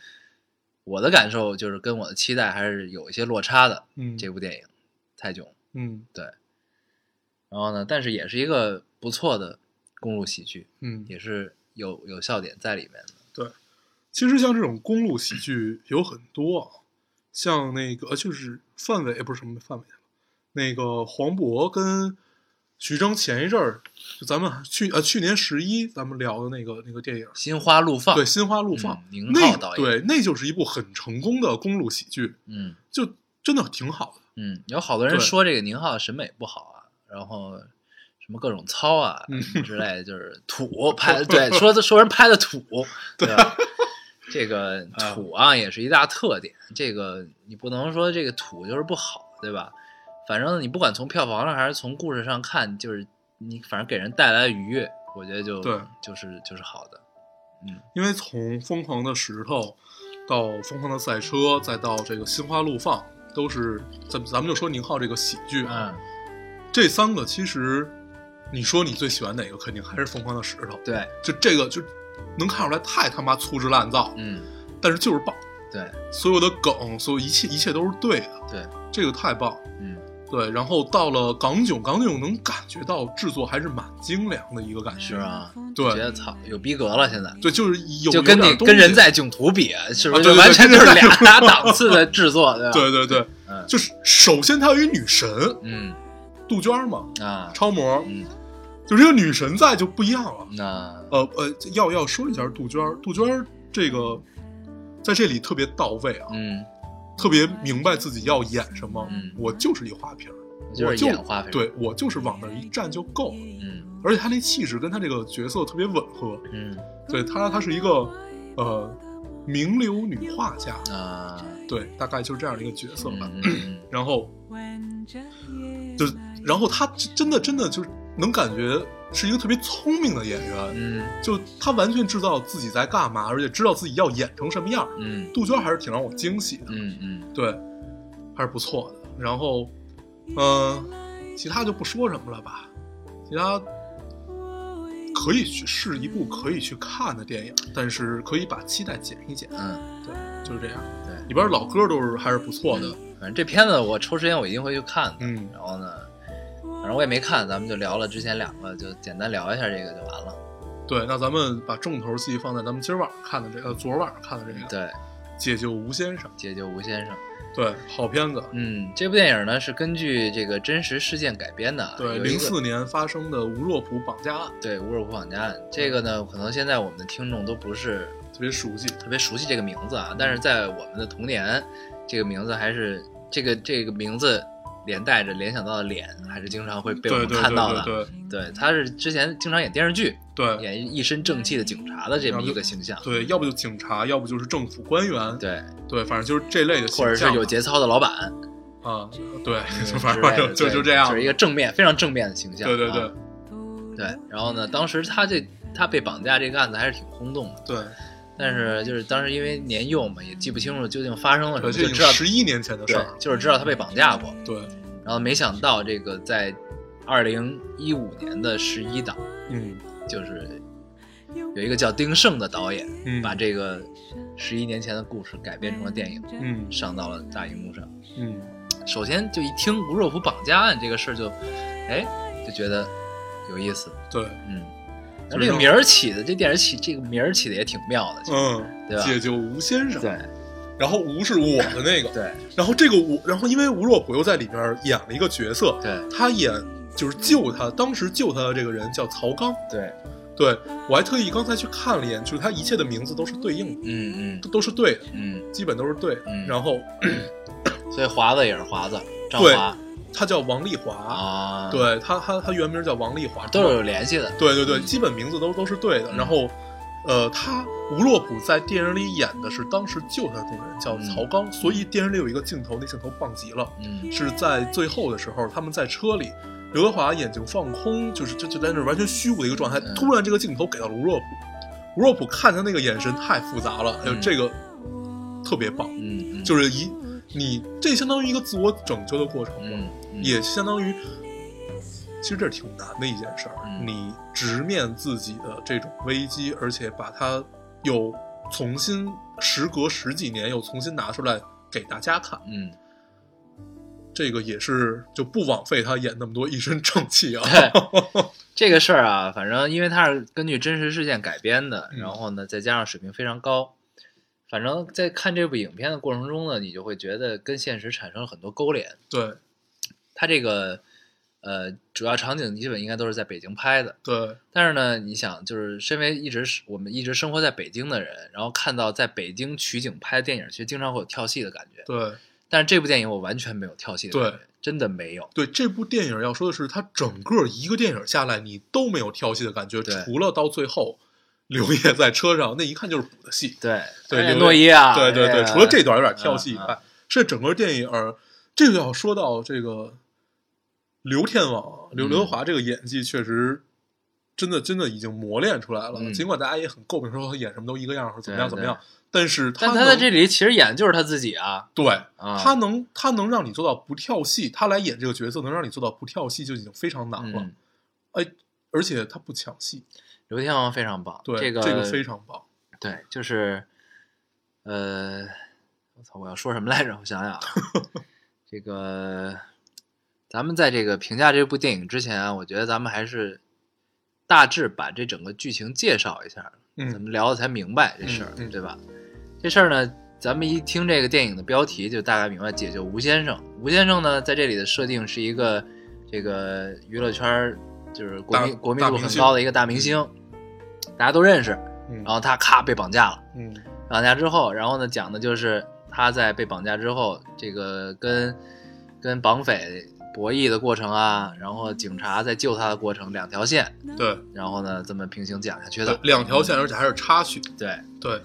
A: 我的感受就是跟我的期待还是有一些落差的。
B: 嗯
A: 这部电影《泰囧》，
B: 嗯
A: 然后呢，但是也是一个不错的公路喜剧，
B: 嗯，
A: 也是有有笑点在里面的。
B: 其实像这种公路喜剧有很多，啊，像那个呃就是范伟哎不是什么范伟，那个黄渤跟徐峥前一阵儿，就咱们去呃去年十一咱们聊的那个那个电影，
A: 心花怒放，
B: 对《心花怒放》
A: 嗯宁
B: 那
A: 浩
B: 个
A: 导演
B: 对，那就是一部很成功的公路喜剧，
A: 嗯
B: 就真的挺好的。
A: 嗯，有好多人
B: 对
A: 说这个宁浩审美不好啊，然后什么各种糙啊、
B: 嗯
A: 什么之 类的，就是土拍，对，说说人拍的土，对吧？这 个土啊也是一大特点，这个你不能说这个土就是不好，对吧？反正你不管从票房上还是从故事上看，就是你反正给人带来的愉悦，我觉得就
B: 对
A: 就是就是好的。
B: 因为从《疯狂的石头》到《疯狂的赛车》，再到这个《心花怒放》，都是咱咱们就说宁浩这个喜剧啊，
A: 嗯，
B: 这三个其实你说你最喜欢哪个，肯定还是《疯狂的石头》。
A: 对，
B: 就这个就能看出来太他妈粗制滥造，
A: 嗯，
B: 但是就是棒，
A: 对
B: 所有的梗，所有一切一切都是对的，
A: 对，
B: 这个太棒。
A: 嗯
B: 对，然后到了港囧，港囧能感觉到制作还是蛮精良的一个感觉。
A: 是啊，觉
B: 对
A: 得操有逼格了，现在。
B: 对，就是有
A: 就跟
B: 有
A: 你
B: 点东
A: 跟人
B: 西
A: 在囧途比，是不是
B: 啊对
A: 就
B: 对
A: 完全就是
B: 对
A: 俩
B: 对
A: 俩档次的制作，对吧？
B: 对对对，
A: 嗯
B: 就是首先她有一女神
A: 嗯
B: 杜鹃嘛，
A: 啊
B: 超模，
A: 嗯
B: 就是一个女神在就不一样了。
A: 那
B: 呃呃，要要说一下杜鹃儿，杜鹃儿这个在这里特别到位啊，
A: 嗯
B: 特别明白自己要演什么。
A: 嗯
B: 我就是一花瓶儿，
A: 就
B: 我
A: 是
B: 就
A: 演花瓶，，
B: 对我就是往那儿一站就够了。
A: 嗯
B: 而且她那气质跟她这个角色特别吻合，
A: 嗯
B: 对她她是一个呃名流女画家，
A: 啊
B: 对，大概就是这样的一个角色吧。
A: 嗯嗯
B: 然后就然后他真的真的就是能感觉是一个特别聪明的演员，
A: 嗯
B: 就他完全知道自己在干嘛，而且知道自己要演成什么样。
A: 嗯
B: 杜鹃还是挺让我惊喜的，
A: 嗯嗯
B: 对，还是不错的。然后，嗯、其他就不说什么了吧，其他可以去是一部可以去看的电影，但是可以把期待减一减，
A: 嗯，
B: 对，就是这样。
A: 对，
B: 里边老歌都是还是不错的，
A: 反正这片子我抽时间我一定会去看的，
B: 嗯
A: 然后呢。反正我也没看，咱们就聊了之前两个，就简单聊一下这个就完了。
B: 对，那咱们把重头戏放在咱们今儿晚上看的这个，呃昨儿晚上看的这个《
A: 对，
B: 解救吴先生》，
A: 解救吴先生。
B: 对，好片子，
A: 嗯，这部电影呢是根据这个真实事件改编的啊，
B: 对，
A: 有一
B: 零
A: 个
B: 四年发生的吴若甫绑架案，
A: 对，乌尔普绑架
B: 嗯
A: 案这个呢，可能现在我们的听众都不是
B: 特别熟悉，
A: 特别熟悉这个名字啊，但是在我们的童年，这个名字还是这个这个名字连带着联想到的脸，还是经常会被我
B: 对
A: 们
B: 对
A: 看到的。
B: 对对
A: 对他是之前经常演电视剧，
B: 对对
A: 演一身正气的警察的这么一个形象。
B: 对，要不就警察，要不就是政府官员，
A: 对，
B: 对，反正就是这类的
A: 或者
B: 形象
A: 是有节操的老 板，
B: 啊，对，
A: 嗯
B: 就反
A: 之
B: 正
A: 类的
B: 就
A: 对
B: 就这样
A: 就
B: 吧，
A: 是一个正面非非常正面的形象。
B: 对对对
A: 啊，对，然后呢，当时他这他被绑架这个案子还是挺轰动的，
B: 对，
A: 但是就是当时因为年幼嘛，也记不清楚究竟发生了什么，
B: 这
A: 就
B: 已
A: 知
B: 经
A: 道
B: 十一年前的事
A: 对
B: 儿了，。
A: 就是知道他被绑架过，
B: 对，
A: 然后没想到这个在二零一五年的十一档，
B: 嗯
A: 就是有一个叫丁晟的导演，
B: 嗯，
A: 把这个十一年前的故事改编成了电影，
B: 嗯
A: 上到了大荧幕上。
B: 嗯
A: 首先就一听吴若甫绑架案这个事儿，就哎就觉得有意思，
B: 对，
A: 嗯。然后
B: 就
A: 这
B: 是
A: 个
B: 说
A: 名儿起的，这电影起这个名儿起的也挺妙的，
B: 嗯，
A: 对吧
B: 解救吴先生，
A: 对
B: 然后吴是我的那个，
A: 对
B: 然后这个吴，然后因为吴若甫又在里边演了一个角色，
A: 对
B: 他演就是救他，当时救他的这个人叫曹刚，
A: 对，
B: 对我还特意刚才去看了一眼，就是他一切的名字都是对应的，
A: 嗯
B: 都都是对的，
A: 嗯
B: 基本都是对的。
A: 嗯
B: 然后
A: 嗯，所以华子也是华子，张
B: 对
A: 华
B: 他叫王丽华，
A: 啊，，
B: 对他他他原名叫王丽华，
A: 都是有联系的，
B: 对对对，基本名字都都是对的。
A: 嗯
B: 然后，呃，他吴洛普在电影里演的是当时救他的那个人叫曹刚，所以电影里有一个镜头，那镜头棒极了，
A: 嗯
B: 是在最后的时候，他们在车里，刘德华眼睛放空，就是就就在那儿完全虚无的一个状态。
A: 嗯
B: 突然这个镜头给到了吴洛普，吴洛普看他那个眼神太复杂了，还有
A: 嗯
B: 这个特别棒，
A: 嗯嗯，
B: 就是是一你这相当于一个自我拯救的过程嘛。
A: 嗯嗯
B: 也相当于，其实这是挺难的一件事儿。
A: 嗯
B: 你直面自己的这种危机，而且把它又重新，时隔十几年又重新拿出来给大家看，
A: 嗯，
B: 这个也是就不枉费他演那么多 一身正气啊。
A: 对 这个事儿啊，反正因为它是根据真实事件改编的，
B: 嗯
A: 然后呢，再加上水平非常高，反正在看这部影片的过程中呢，你就会觉得跟现实产生了很多勾连。
B: 对
A: 它这个呃主要场景基本应该都是在北京拍的，
B: 对
A: 但是呢，你想，就是身为一直是我们一直生活在北京的人，然后看到在北京取景拍的电影，其实经常会有跳戏的感觉。
B: 对
A: 但是这部电影我完全没有跳戏的感觉，真的没有。
B: 对，这部电影要说的是，它整个一个电影下来，你都没有跳戏的感觉，
A: 对
B: 除了到最后。刘烨在车上，那一看就是补的戏。
A: 对，
B: 对
A: 哎呀
B: 刘
A: 诺一啊，
B: 对对对，
A: 哎呀
B: 除了这段有点跳戏以
A: 嗯
B: 外，这整个电影儿，这个要说到这个刘天王刘
A: 嗯
B: 刘德华这个演技，确实真的真的已经磨练出来了。
A: 嗯
B: 尽管大家也很诟病说他演什么都一个样儿，或者怎么
A: 对
B: 样怎么样，但是
A: 但
B: 他
A: 他在
B: 能
A: 这里其实演的就是他自己啊，
B: 对。
A: 啊，
B: 他能，他能让你做到不跳戏，他来演这个角色能让你做到不跳戏就已经非常难了。
A: 嗯，
B: 哎，而且他不抢戏，
A: 刘天王非常棒，
B: 对
A: 这个
B: 非常棒。
A: 对，就是呃，我操，我要说什么来着？我想想啊，这个咱们在这个评价这部电影之前啊，我觉得咱们还是大致把这整个剧情介绍一下，咱
B: 嗯，
A: 们聊了才明白这事儿，
B: 嗯嗯
A: 对吧？这事儿呢，咱们一听这个电影的标题就大概明白，解救吴先生。吴先生呢，在这里的设定是一个这个娱乐圈儿就是国
B: 大
A: 民国民
B: 大
A: 度
B: 明
A: 很
B: 星
A: 高的一个大明星，大家都认识。
B: 嗯
A: 然后他咔被绑架了，
B: 嗯
A: 绑架之后，然后呢讲的就是他在被绑架之后，这个跟跟绑匪博弈的过程啊，然后警察在救他的过程，两条线，
B: 对，
A: 然后呢这么平行讲下去
B: 对
A: 的。
B: 两条线，而且还是插曲。
A: 对，
B: 对，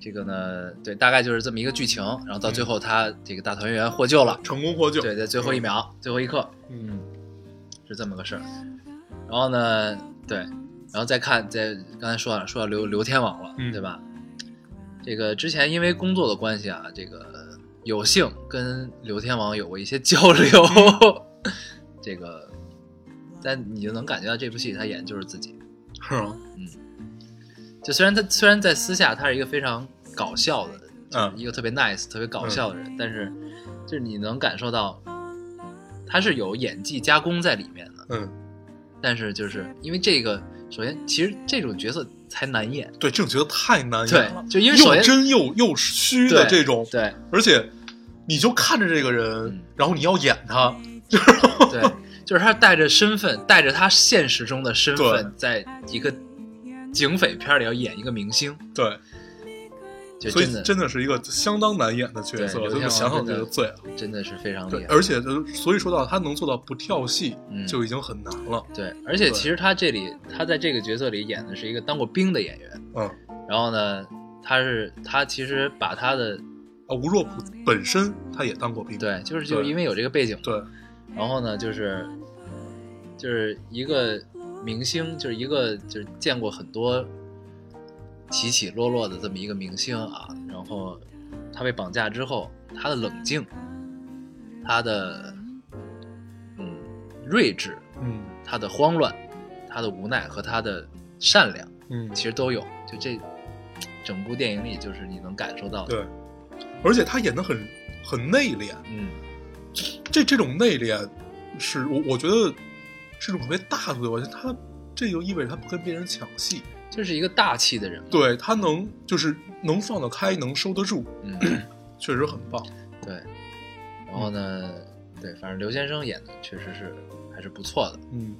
A: 这个呢，对，大概就是这么一个剧情。然后到最后，他这个大团圆获救了，
B: 成功嗯获救。
A: 对，在最后一秒、最后一刻
B: 嗯，
A: 是这么个事儿。然后呢，对，然后再看，再刚才说了，说到刘刘天王了，
B: 嗯
A: 对吧？这个之前因为工作的关系啊，这个有幸跟刘天王有过一些交流，
B: 嗯
A: 这个，但你就能感觉到这部戏他演的就是自己。
B: 是吗？
A: 就虽然他虽然在私下他是一个非常搞笑的人，
B: 嗯
A: 一个特别 nice、特别搞笑的人，但是就是你能感受到他是有演技加工在里面的。
B: 嗯，
A: 但是就是因为这个，首先其实这种角色才难演，
B: 对，这种角色太难演
A: 对
B: 了，，
A: 就因为首
B: 又
A: 先
B: 真又又虚
A: 对
B: 的这种，
A: 对
B: 而且你就看着这个人，
A: 嗯
B: 然后你要演 他，
A: 对，就是他带着身份，带着他现实中的身份，在一个警匪片里要演一个明星，
B: 对，
A: 就
B: 所
A: 真
B: 以
A: 的
B: 真的是一个相当难演的角
A: 对
B: 色，就
A: 刘
B: 是
A: 天
B: 想
A: 王真
B: 想这
A: 的
B: 个罪啊。
A: 真的是非常
B: 对
A: 厉，害。
B: 而且就是所以说到他能做到不跳戏，
A: 嗯
B: 就已经很难了。
A: 对，而且
B: 对
A: 其实他这里他在这个角色里演的是一个当过兵的演员，
B: 嗯，
A: 然后呢，他是他其实把他的
B: 啊，吴若甫本身他也当过兵，
A: 对，就是就
B: 对
A: 因为有这个背景，
B: 对
A: 然后呢，就是就是一个明星，就是一个就是见过很多起起落落的这么一个明星啊。然后他被绑架之后，他的冷静，他的嗯睿智，
B: 嗯
A: 他的慌乱，他的无奈和他的善良，
B: 嗯
A: 其实都有。就这整部电影里，就是你能感受到的。
B: 对，而且他演的很很内敛，
A: 嗯，
B: 这这种内敛是我我觉得是种特别大度的，我觉得他这就意味着他不跟别人抢戏，
A: 就是一个大气的人嘛。
B: 对他能就是能放得开，能收得住，
A: 嗯，
B: 确实很棒。
A: 对。然后呢，对，反正刘先生演的确实是还是不错的。
B: 嗯，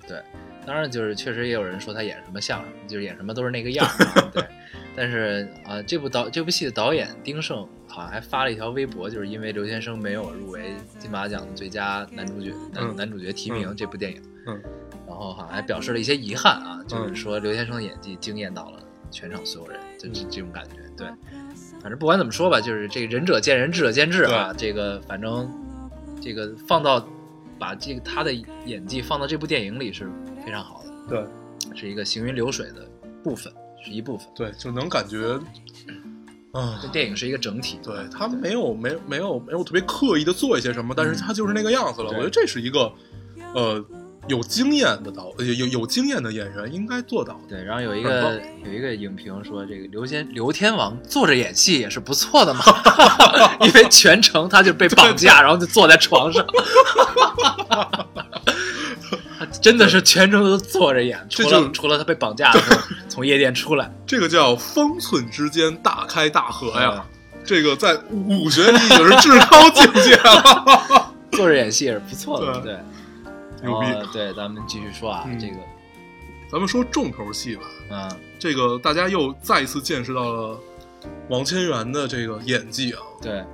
A: 当然，就是确实也有人说他演什么相声，就是演什么都是那个样儿、 啊。对，但是啊、这部导这部戏的导演丁晟好像还发了一条微博，就是因为刘先生没有入围金马奖的最佳男主角男、
B: 嗯
A: 男主角提名、
B: 嗯
A: 这部电影，
B: 嗯，
A: 然后好像还表示了一些遗憾啊，就是说刘先生的演技惊艳到了全场所有人，就
B: 嗯
A: 这这种感觉。对，反正不管怎么说吧，就是这个仁者见仁，智者见智啊。这个反正这个放到把这个他的演技放到这部电影里是非常好的。
B: 对
A: 是一个行云流水的部分，是一部分。
B: 对，就能感觉啊
A: 这，电影是一个整体，
B: 对他没有没没有没有特别刻意的做一些什么，但是他就是那个样子了。
A: 对
B: 我觉得这是一个呃有经验的导有有有经验的演员应该做到的。
A: 对。然后有一个有一个影评说，这个刘先刘天王坐着演戏也是不错 的嘛，因为全程他就被绑架，然后就坐在床 上，他真的是全程都坐着演，
B: 这
A: 除了
B: 就
A: 除了他被绑架的时候从夜店出来，
B: 这个叫方寸之间大开大合
A: 哎嗯
B: 呀，这个在武学里已经是至高境界了。
A: 坐着演戏也是不错的，对。
B: 对
A: 然
B: 牛
A: 后
B: 逼
A: 对，咱们继续说啊，
B: 嗯
A: 这个，
B: 咱们说重头戏吧，
A: 嗯，
B: 这个大家又再一次见识到了王千源的这个演技啊，
A: 对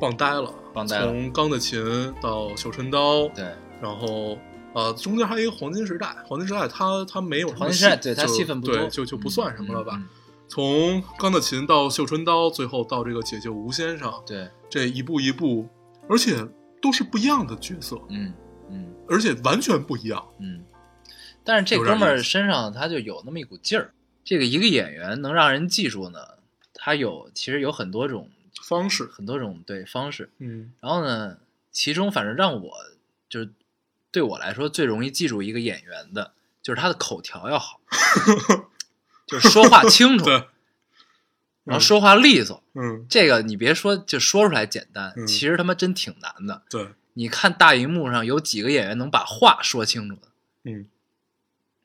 B: 棒呆了，
A: 棒呆了
B: 从钢的琴到绣春刀，
A: 对，
B: 然后呃，中间还有一个黄金时代，黄金时代他他没有什么
A: 黄金善
B: 戏
A: 对他
B: 就
A: 戏份不多，
B: 对就就不算什么了吧。
A: 嗯嗯嗯
B: 从钢的琴到绣春刀，最后到这个解救吴先生，
A: 对，
B: 这一步一步，而且都是不一样的角色，
A: 嗯嗯。
B: 而且完全不一样。
A: 嗯，但是这哥们儿身上他就有那么一股劲儿。这个一个演员能让人记住呢，他有其实有很多种
B: 方式，
A: 很多种对方式。
B: 嗯
A: 然后呢，其中反正让我就是对我来说最容易记住一个演员的，就是他的口条要 好，就是说话清楚，
B: 对
A: 然后说话利索。
B: 嗯，
A: 这个你别说，就说出来简单，
B: 嗯
A: 其实他妈真挺难的。
B: 对，
A: 你看大荧幕上有几个演员能把话说清楚的，
B: 嗯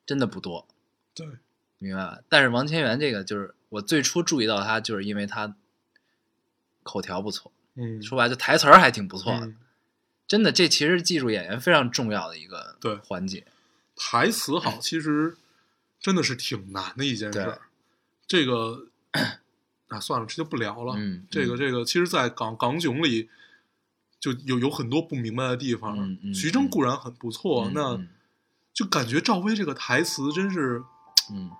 A: 真的不多。
B: 对，
A: 明白吧？但是王千源这个，就是我最初注意到他，就是因为他口条不错，
B: 嗯
A: 说白了就台词儿还挺不错的。
B: 嗯
A: 真的，这其实是技术演员非常重要的一个
B: 对
A: 环节。
B: 台词好，其实真的是挺难的一件事
A: 对
B: 儿。这个啊，算了，这就不聊了。
A: 嗯
B: 这
A: 嗯
B: 个这个，其实，在港港囧里就有有很多不明白的地方。
A: 嗯嗯
B: 徐峥
A: 嗯
B: 固然很不错，
A: 嗯
B: 那
A: 嗯
B: 就感觉赵薇这个台词真是
A: 嗯，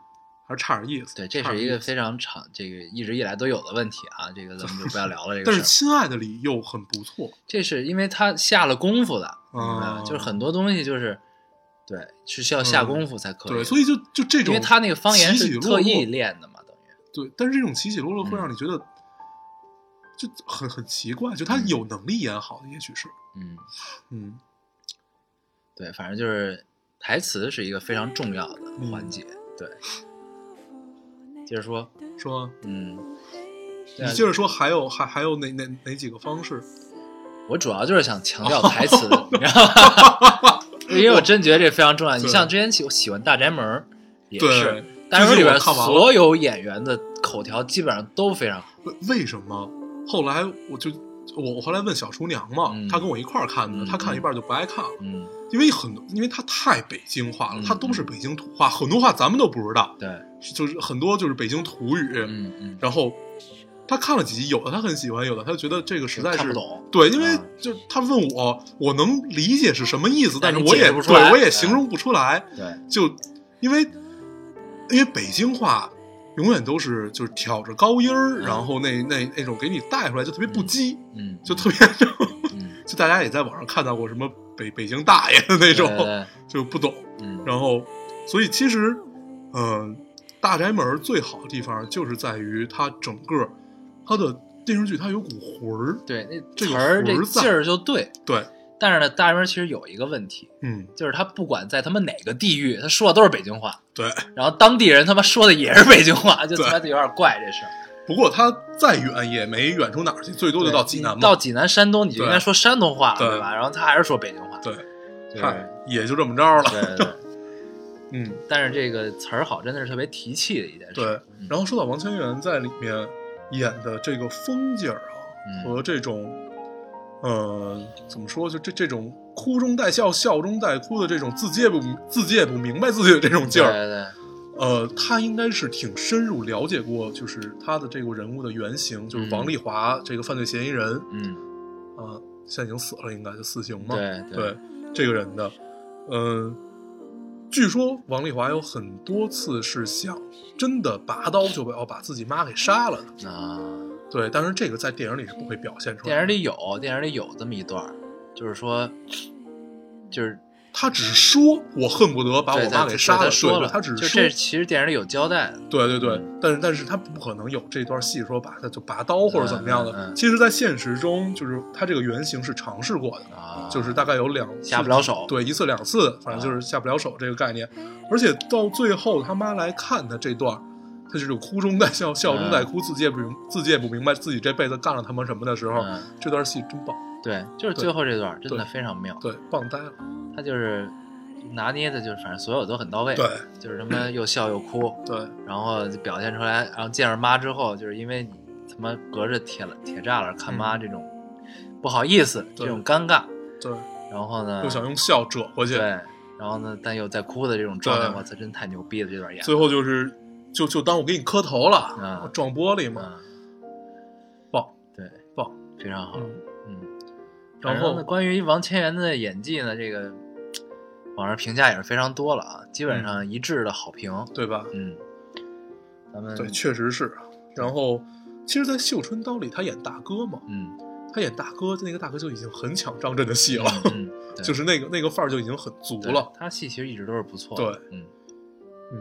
B: 还是差点意思。
A: 对，这
B: 差
A: 是
B: 点
A: 一
B: 意
A: 个
B: 思。
A: 非常长，这个一直以来都有的问题啊。这个咱们就不要聊了。这个
B: 但是
A: 事儿
B: 亲爱的里又很不错。
A: 这是因为他下了功夫的，明白吧
B: 哦嗯
A: 就是很多东西就是对是需要下功夫才可以的。
B: 对，所以就就这
A: 因
B: 种，
A: 为他那个方言
B: 起起
A: 是
B: 落
A: 特意
B: 落
A: 练的嘛，等于。
B: 对，但是这种起起落落会
A: 嗯
B: 让你觉得就很很奇怪，就他
A: 嗯
B: 有能力演好的，也许是，
A: 嗯，
B: 嗯
A: 对，反正就是台词是一个非常重要的
B: 嗯
A: 环节。对，接着说，
B: 说
A: 嗯，对啊
B: 你接着说，还有还还有哪哪哪几个方式？
A: 我主要就是想强调 台词，你知道吗？ 因为我真觉得这非常重要。你
B: 对
A: 像之前喜我喜欢《大宅门儿》，也
B: 对
A: 是，《大宅门》里边
B: 最近我看完了
A: 所有演员的口条基本上都非常好。
B: 为为什么？后来我就我我后来问小厨娘嘛，
A: 嗯
B: 她跟我一块儿看
A: 嗯
B: 的，她看一半就不爱看了，
A: 嗯，
B: 因为很多因为她太北京话了，
A: 嗯
B: 她都是北京土话，很多话咱们都不知道，
A: 对，
B: 就是很多就是北京土语，
A: 嗯嗯，
B: 然后。她看了几集，有的她很喜欢，有的她觉得这个实在是
A: 看不懂。
B: 对，因为
A: 啊
B: 就她问我，我能理解是什么意思，
A: 但
B: 但是
A: 你
B: 我
A: 解
B: 也
A: 释不出来啊
B: 对我也
A: 对
B: 形容不出来。
A: 对，
B: 就因为因为北京话永远都是就是挑着高音
A: 嗯
B: 儿，然后那那那种给你带出来就特别不羁，
A: 嗯，
B: 就特别
A: 嗯
B: 就大家也在网上看到过什么北北京大爷的那
A: 那
B: 种，
A: 对对对
B: 就不懂。
A: 嗯，
B: 然后所以其实，嗯、大宅门》最好的地方就是在于它整个它的电视剧，它有股魂儿。
A: 对，那
B: 这个
A: 词儿
B: 魂
A: 这
B: 儿在
A: 劲儿就对。
B: 对，
A: 但是呢，大宅门其实有一个问题，
B: 嗯，
A: 就是他不管在他们哪个地域，他说的都是北京话，
B: 对。
A: 然后当地人他妈说的也是北京话，就
B: 对
A: 他妈的有点怪这事儿。
B: 不过它再远也没远出哪儿去，最多就
A: 对
B: 到济南
A: 你
B: 嘛
A: 到。济南、山东，你就应该说山东话了，
B: 对
A: 对吧？然后他还是说北京话，
B: 对，
A: 就是
B: 看也就这么着了。
A: 对对对。
B: 嗯，
A: 但是这个词儿好，真的是特别提气的一件事。
B: 对
A: 嗯，
B: 然后说到王千源在里面演的这个风景儿啊，
A: 嗯
B: 和这种，呃，怎么说，就这这种哭中带笑、笑中带哭的这种自己也不自己也不明白自己的这种劲
A: 对
B: 儿，
A: 对
B: 呃，他应该是挺深入了解过，就是他的这个人物的原型，
A: 嗯
B: 就是王丽华这个犯罪嫌疑人啊、
A: 对，嗯，
B: 现在已经死了，应该就死刑嘛，
A: 对
B: 对这个人的，呃，据说王丽华有很多次是想真的拔刀就要把自己妈给杀了的，
A: 啊，
B: 对，但是这个在电影里是不会表现出来
A: 电
B: 的，
A: 影里有，电影里有这么一段儿，就是说，就是
B: 他只是说我恨不得把
A: 对
B: 我
A: 他
B: 妈给杀
A: 对
B: 了，
A: 他说
B: 对
A: 了，
B: 他只
A: 就是这嗯
B: 说，
A: 其实电影里有交代的，
B: 对对对，但是但是他不可能有这段戏说把他就拔刀或者怎么样的，
A: 嗯嗯嗯
B: 其实，在现实中就是他这个原型是尝试过的，
A: 啊，
B: 就是大概有两次
A: 下不了手啊
B: 对，一次两次，反正就是下不了手这个概念。而且到最后他妈来看他这段儿，他就是哭中带笑，笑中
A: 嗯
B: 带哭，自己也不明自己也不明白自己这辈子干了他妈什么的时候，
A: 嗯，
B: 这段戏真棒，
A: 对，就是最后这段儿真的
B: 对
A: 非常妙，
B: 对，棒呆了，
A: 他就是拿捏的，就是反正所有都很到位，
B: 对，
A: 就是他 妈又笑又哭，
B: 对
A: 然后就表现出来，然后见着妈之后，就是因为你他妈隔着铁铁栅栏看妈这种不好意思，
B: 嗯
A: 这
B: 对
A: 种尴尬，
B: 对，
A: 然后呢
B: 又，想用笑折回去
A: 嗯对，，然后呢，但又在哭的这种状态，
B: 对
A: 我操，真太牛逼了，这段演
B: 最后就是就就当我给你磕头了，
A: 嗯
B: 我撞玻璃嘛，
A: 嗯，
B: 棒
A: 对，
B: 棒，
A: 非常好，
B: 嗯，
A: 嗯。反
B: 然
A: 正呢
B: 后
A: 关于王千源的演技呢，这个网上评价也是非常多了啊，基
B: 嗯
A: 本上一致的好评，
B: 对吧？
A: 嗯，咱们
B: 对，确实是。啊然后，其实，在《绣春刀》里，他演大哥嘛，
A: 嗯，
B: 他演大哥，那个大哥就已经很抢张震的戏了，
A: 嗯，嗯 对
B: 就是那个那个范儿就已经很足
A: 对
B: 了，
A: 他戏其实一直都是不错的，
B: 对，
A: 嗯，
B: 嗯，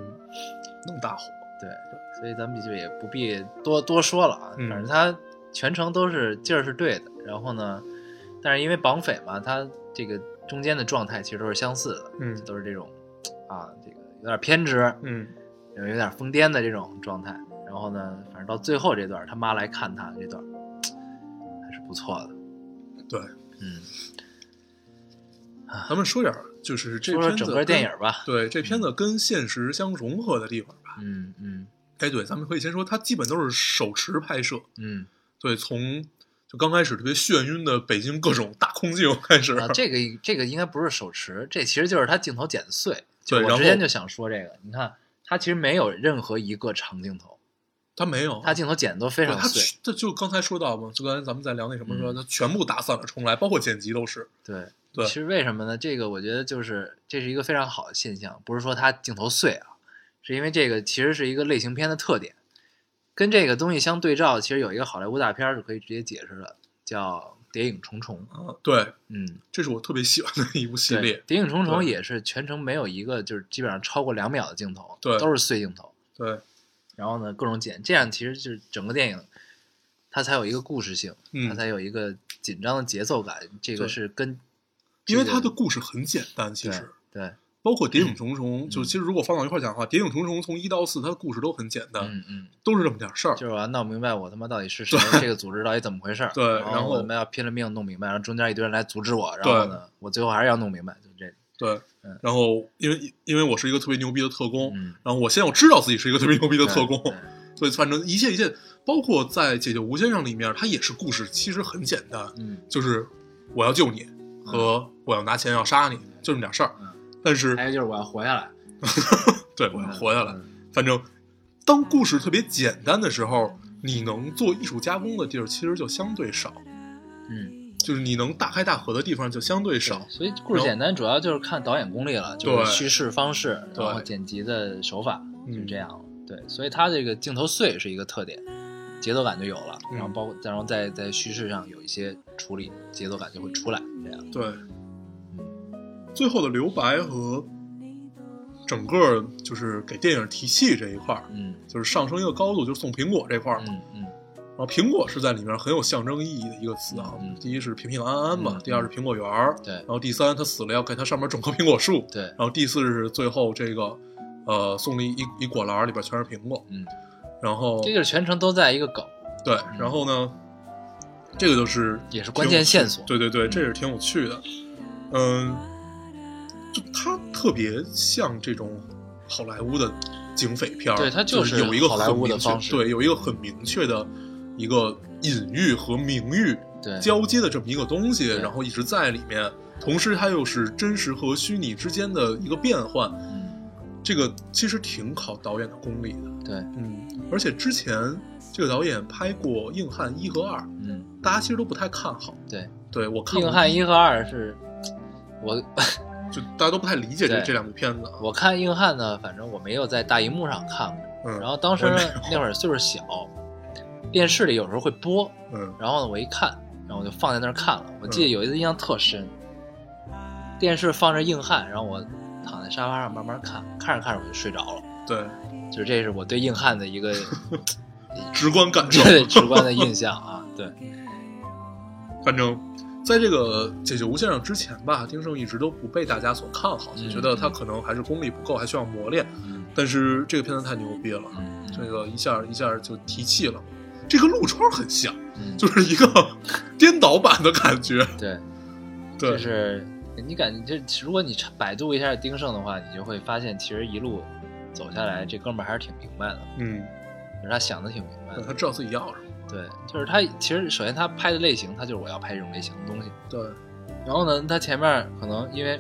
B: 能大火，
A: 对，所以咱们就也不必多多说了啊，
B: 嗯
A: 反正他全程都是劲儿是对的，然后呢，但是因为绑匪嘛，他这个中间的状态其实都是相似的，
B: 嗯
A: 都是这种啊，这个有点偏执，
B: 嗯，
A: 有有点疯癫的这种状态，然后呢，反正到最后这段他妈来看他这段还是不错的，
B: 对，
A: 嗯，
B: 咱们说点儿就是这
A: 说说
B: 片子
A: 整个
B: 跟
A: 电影， 吧，
B: 对这片子跟现实相融合的地方吧。
A: 嗯嗯
B: 哎，对，咱们可以先说，它基本都是手持拍摄，
A: 嗯，
B: 对，从就刚开始特别眩晕的北京各种大空镜开始，
A: 啊，这个这个应该不是手持，这其实就是他镜头剪的碎。就
B: 对然
A: 我之
B: 后
A: 前就想说这个，你看他其实没有任何一个长镜头，
B: 他没有，
A: 他镜头剪的都非
B: 哦对
A: 常
B: 他
A: 碎。
B: 这就刚才说到嘛，就刚才咱们在聊那什么时候，
A: 嗯
B: 他全部打散了重来，包括剪辑都是，
A: 对，
B: 对
A: 其实为什么呢？这个我觉得就是这是一个非常好的现象，不是说他镜头碎啊，是因为这个其实是一个类型片的特点。跟这个东西相对照，其实有一个好莱坞大片儿是可以直接解释的，叫《谍影重重》。
B: 啊，对，
A: 嗯，
B: 这是我特别喜欢的一部系
A: 对，
B: 列
A: 《谍影重重》
B: 对
A: 也是全程没有一个就是基本上超过两秒的镜头，
B: 对
A: 都是碎镜头。
B: 对，
A: 然后呢各种剪，这样其实就是整个电影，它才有一个故事性，它
B: 嗯，
A: 才有一个紧张的节奏感。这个
B: 对
A: 是跟
B: 因为它
A: 这个
B: 的故事很简单，其实
A: 对，对
B: 包括《谍影重重》，
A: 嗯
B: 就其实如果放到一块儿讲的话，《谍影重重》从一到四，它的故事都很简单，
A: 嗯嗯，
B: 都是这么点事儿
A: 就。是我要闹明白我他妈到底是谁，这个组织到底怎么回事儿。
B: 对然
A: 然
B: 后
A: 我他妈要拼了命弄明白，然后中间一堆人来阻止我，然后呢，我最后还是要弄明白，就这个。
B: 对
A: 嗯，
B: 然后因为因为我是一个特别牛逼的特工，
A: 嗯，
B: 然后我现在我知道自己是一个特别牛逼的
A: 对
B: 特工，
A: 对
B: 所 以反正一切一切，包括在《解救吴先生》里面，它也是故事其实很简单，
A: 嗯，
B: 就是我要救你和我要拿钱要杀你，就这么点事儿
A: 嗯。
B: 但是
A: 还有就是我要活下来，
B: 对我要活下来，
A: 嗯
B: 反正当故事特别简单的时候，你能做艺术加工的地儿其实就相对少，
A: 嗯，
B: 就是你能大开大合的地方就相对少。
A: 所以故事简单主要就是看导演功力了，就
B: 对
A: 是叙事方式，
B: 对
A: 然后剪辑的手法，就是
B: 嗯
A: 这样。对，所以它这个镜头碎是一个特点，节奏感就有了，
B: 嗯
A: 然后包括然后在在叙事上有一些处理，节奏感就会出来。这样，
B: 对，最后的留白和整个就是给电影提气这一块儿，
A: 嗯
B: 就是上升一个高度，就是送苹果这块儿嘛。
A: 嗯嗯
B: 然后苹果是在里面很有象征意义的一个词啊
A: 嗯。
B: 第一是平平安安嘛
A: 嗯，
B: 第二是苹果园儿，
A: 对
B: 然后第三他死了要给他上面种棵苹果树，
A: 对，
B: 然后第四是最后这个，呃，送了一一一果篮儿里边全是苹果，
A: 嗯，
B: 然后
A: 这就是全程都在一个梗，
B: 对，然后呢，这个就是
A: 也是关键线索
B: 挺有趣对对对，这是挺有趣的，嗯，就它特别像这种好莱坞的警匪片儿，
A: 对它就
B: 就是有一个
A: 好莱
B: 很
A: 坞的
B: 明确
A: 方式
B: 对，有一个很明确的一个隐喻和明喻
A: 对
B: 交接的这么一个东西，
A: 对
B: 然后一直在里面，同时它又是真实和虚拟之间的一个变换，
A: 嗯
B: 这个其实挺考导演的功力的。
A: 对，
B: 嗯，而且之前这个导演拍过《硬汉一》和《二》，
A: 嗯
B: 大家其实都不太看好。
A: 对，
B: 对我看
A: 硬
B: 过
A: 汉一和二是，我
B: 就大家都不太理解这
A: 对
B: 这两部片子啊。
A: 我看硬汉呢，反正我没有在大荧幕上看过，
B: 嗯，
A: 然后当时
B: 我也没
A: 那会儿岁数小，电视里有时候会播，
B: 嗯
A: 然后呢我一看，然后我就放在那儿看了。我记得有一次印象特深，电视放着硬汉，然后我躺在沙发上慢慢看，看着看着我就睡着了。
B: 对，
A: 就是这是我对硬汉的一 个
B: 直观感受。
A: 对直观的印象啊，对，
B: 反正在这个《解救无限上之前吧，丁晟一直都不被大家所看好，就
A: 嗯
B: 觉得他可能还是功力不够，还需要磨练。
A: 嗯
B: 但是这个片子太牛逼了，
A: 嗯
B: 这个一下一下就提气了。这个陆川很像，
A: 嗯，
B: 就是一个 颠倒版的感觉。
A: 对，
B: 对，
A: 就是你感觉这，如果你查百度一下丁晟的话，你就会发现其实一路走下来，这哥们儿还是挺明白的，
B: 嗯，
A: 就是他想的挺明白
B: 对
A: 的。
B: 他知道自己要什么。
A: 对，就是他其实首先他拍的类型，他就是我要拍这种类型的东西。
B: 对，
A: 然后呢，他前面可能因为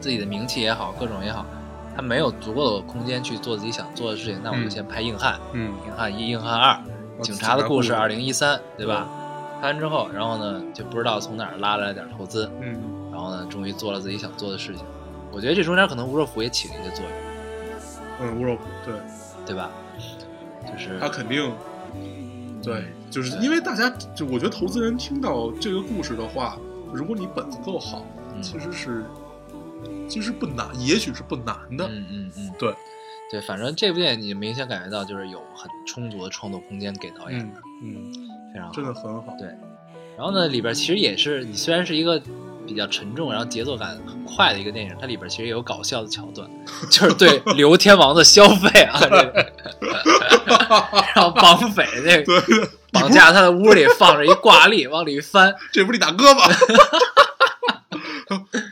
A: 自己的名气也好，各种也好，他没有足够的空间去做自己想做的事情，那我就
B: 嗯
A: 先拍硬汉，
B: 嗯，
A: 硬汉一、硬汉二，
B: 我
A: 《哦警察的故事》啊
B: 警察
A: 二
B: 故
A: 零一三，对吧？拍完之后，然后呢就不知道从哪儿拉来点投资，
B: 嗯，
A: 然后呢终于做了自己想做的事情。我觉得这中间可能吴若甫也起了一些作用，
B: 嗯，乌若普，对
A: 对吧？就是
B: 他肯定，对，就是
A: 对
B: 因为大家就我觉得投资人听到这个故事的话，如果你本子够好，
A: 嗯
B: 其实是其实不难，也许是不难的，
A: 嗯嗯嗯，
B: 对
A: 对，反正这部电影你明显感觉到就是有很充足的创作空间给导演，
B: 嗯嗯，
A: 非常好
B: 真。的很好，
A: 然后呢，里边其实也是你虽然是一个比较沉重，然后节奏感很快的一个电影，它里边其实也有搞笑的桥 段，就是对刘天王的消费啊，这 个然后绑匪这个
B: 对，
A: 绑架他的屋里放着一挂历，往里一翻，
B: 这不是你大哥吗？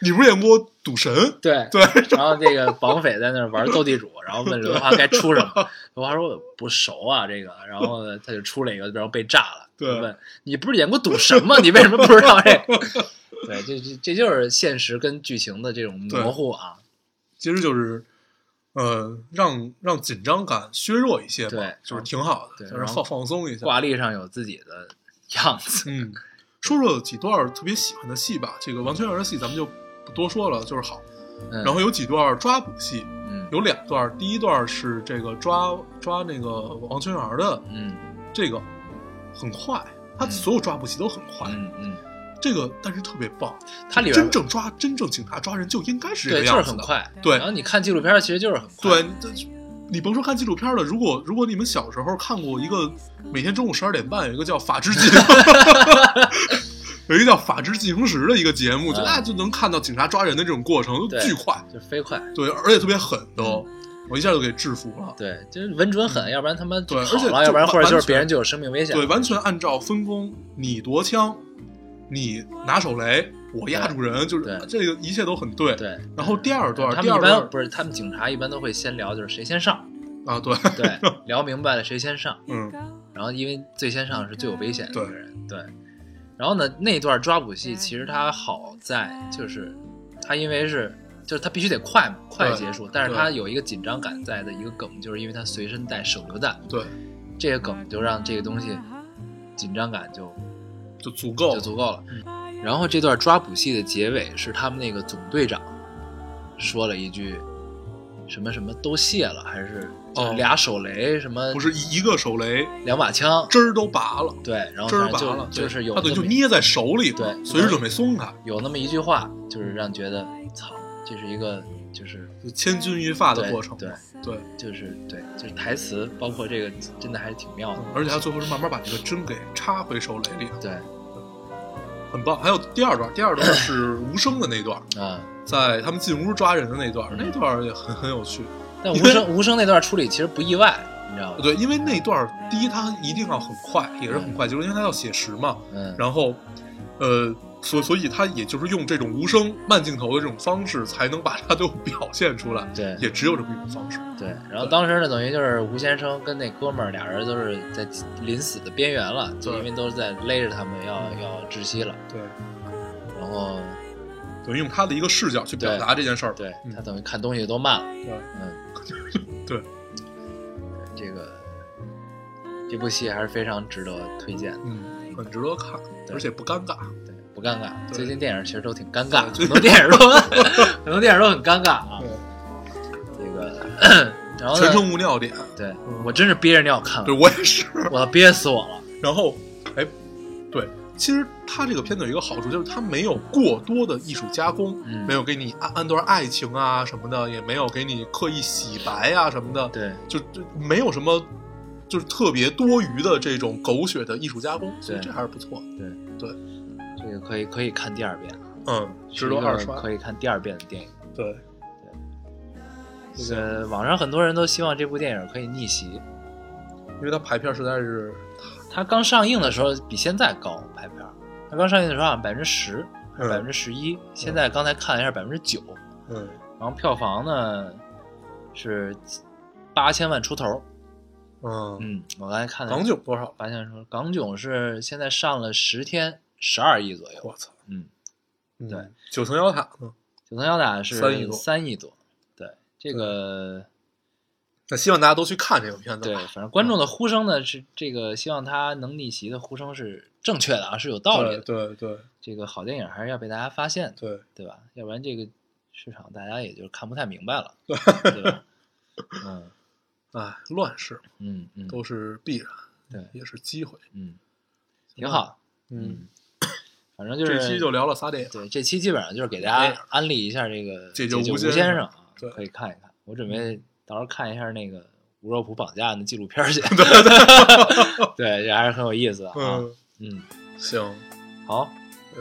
B: 你不是演过赌神？
A: 对
B: 对，
A: 然后这个绑匪在那儿玩斗地主，然后问刘德华该出什么，刘德华说我不熟啊这个，然后呢他就出了一个，然后被炸了。
B: 对
A: 就问你不是演过赌神吗？你为什么不知道这个？ 对，这这这就是现实跟剧情的这种模糊啊。
B: 其实就是。呃，让让紧张感削弱一些嘛，
A: 对嗯
B: 就是挺好的，
A: 对
B: 就是
A: 然后
B: 放放松一下。
A: 挂历上有自己的样子，
B: 嗯，说说几段特别喜欢的戏吧。这个王全元的戏咱们就不多说了，就是好。
A: 嗯、
B: 然后有几段抓捕戏，
A: 嗯
B: 有两段，第一段是这个抓抓那个王全元的，
A: 嗯
B: 这个很快，他
A: 嗯
B: 所有抓捕戏都很快，
A: 嗯嗯，
B: 这个但是特别棒。
A: 它里边
B: 真正抓真正警察抓人就应该是这
A: 对
B: 个
A: 就是
B: 样子
A: 很
B: 的，
A: 快，
B: 对
A: 然后你看纪录片儿其实就是很快，
B: 对，你这你甭说看纪录片了，如果如果你们小时候看过一个每天中午十二点半有一个叫《法制进》， 有一个叫《法制进行时》的一个节目，就
A: 嗯
B: 那就能看到警察抓人的这种过程，都
A: 对嗯
B: 巨快，
A: 就飞快。
B: 对，而且特别狠都，我一下就给制服了。
A: 对，就是稳准狠，要不然他妈
B: 对而
A: 跑
B: 且
A: 了，
B: 就
A: 要不然
B: 完
A: 或者就
B: 完
A: 是别
B: 全
A: 人就有生命危险。
B: 对，完全按照分工，你夺枪，你拿手雷，我压住人，就是
A: 对
B: 这个一切都很对。
A: 对，
B: 然后第二段，
A: 他
B: 第
A: 们一
B: 二
A: 般
B: 段
A: 不是他们警察一般都会先聊，就是谁先上，
B: 啊，对，
A: 对，聊明白了谁先上，
B: 嗯，
A: 然后因为最先上是最有危险的那个人，对。然后呢，那段抓捕戏其实它好在就是它因为是就是它必须得快嘛，快结束，但是它有一个紧张感在的一个梗，就是因为它随身带手榴弹，
B: 对，
A: 这个梗就让这个东西紧张感就
B: 就足够
A: 就
B: 了。
A: 足够了。然后这段抓捕戏的结尾是他们那个总队长说了一句什么什么都卸了，还是就是
B: 哦
A: 俩手雷什么
B: 不是一一个手雷，
A: 两把枪，
B: 汁儿都拔了。
A: 对，然后
B: 汁儿
A: 反
B: 拔
A: 正
B: 了，
A: 就就是有
B: 他
A: 那
B: 等于就
A: 么
B: 捏在手里，
A: 对
B: 随时准备松开。
A: 有那么一句话，就是让觉得操，这是一个就是
B: 就千钧一发的
A: 对
B: 过程嘛。
A: 对，
B: 对，
A: 就是对，就是台词，包括这个真的还是挺妙的，
B: 而且他最后是慢慢把这个针给插回手雷里，
A: 对，
B: 很棒。还有第二段，第二段是无声的那段，
A: 啊、
B: 在他们进屋抓人的那段，
A: 嗯
B: 那段也很很有趣。
A: 但无声无声那段处理其实不意外，你知道吗？
B: 对，因为那段第一他一定要很快，也是很快，就是因为他要写实嘛。
A: 嗯，
B: 然后，呃，所所以他也就是用这种无声慢镜头的这种方式，才能把它都表现出来。
A: 对
B: 也只有这么一种方式。
A: 对。然后当时呢，等于就是吴先生跟那哥们儿俩人都是在临死的边缘了，就
B: 对
A: 因为都是在勒着他们要要窒息了，
B: 对，
A: 然后
B: 等于用他的一个视角去表达这件事儿。
A: 对
B: 嗯
A: 他等于看东西都慢了，
B: 对
A: 嗯，
B: 对，
A: 这个这部戏还是非常值得推荐的。
B: 嗯，很值得看，
A: 对
B: 而且不尴尬。
A: 对，不尴尬。
B: 对
A: 最近电影其实都挺尴尬，
B: 对
A: 很多电影都 很多电影都很尴尬啊。这个， 然后
B: 全
A: 呢？
B: 程无 尿点，
A: 对
B: 嗯
A: 我真是憋着尿看
B: 对
A: 了，
B: 我也是。
A: 我要憋死我了。
B: 然后，哎，对，其实它这个片子有一个好处，就是它没有过多的艺术加工，
A: 嗯
B: 没有给你按按段爱情啊什么的，也没有给你刻意洗白啊什么的，
A: 对
B: 就就没有什么就是特别多余的这种狗血的艺术加工，所以
A: 对
B: 这还是不错。
A: 对
B: 对，
A: 这个可以可以看第二遍，
B: 嗯，
A: 是
B: 值
A: 一
B: 得
A: 个
B: 二刷。
A: 可以看第二遍的电影。
B: 对，
A: 这个网上很多人都希望这部电影可以逆袭，
B: 因为它排片实在是
A: 它刚上映的时候比现在高排片儿，它刚上映的时候好像百分之十还是
B: 嗯
A: 百分之十一，现在刚才看了一下百分之九，
B: 嗯
A: 然后票房呢是八千万出头。
B: 嗯，
A: 嗯，我刚才看了
B: 港囧多少？
A: 八千万出头，港囧是现在上了十天十二亿左右。
B: 我操，
A: 嗯，
B: 嗯
A: 对，
B: 九层妖塔，嗯，
A: 九层妖塔是
B: 三亿多
A: 三亿多。对，这个
B: 那希望大家都去看这个片子
A: 对，
B: 吧。
A: 反正
B: 嗯
A: 观众的呼声呢是这个，希望它能逆袭的呼声是正确的啊，是有道理的。
B: 对对
A: 这个好电影还是要被大家发现的，
B: 对
A: 对吧？要不然这个市场大家也就看不太明白了，对 吧？嗯
B: 对，哎，乱世
A: 嗯嗯，
B: 都是必然，
A: 对，
B: 也是机会。
A: 嗯，挺好。
B: 嗯，，
A: 反正就是
B: 这期就哎聊了仨电影，
A: 对，这期基本上就是给大家
B: 这样
A: 安利一下这个
B: 解救
A: 救
B: 吴
A: 吴
B: 先
A: 先
B: 生
A: 生啊
B: 对，嗯
A: 可以看一看。我准备到时候看一下那个吴若甫绑架的纪录片儿 去。 对，这还是很有意思的啊。
B: 嗯，
A: 嗯，
B: 行，
A: 好，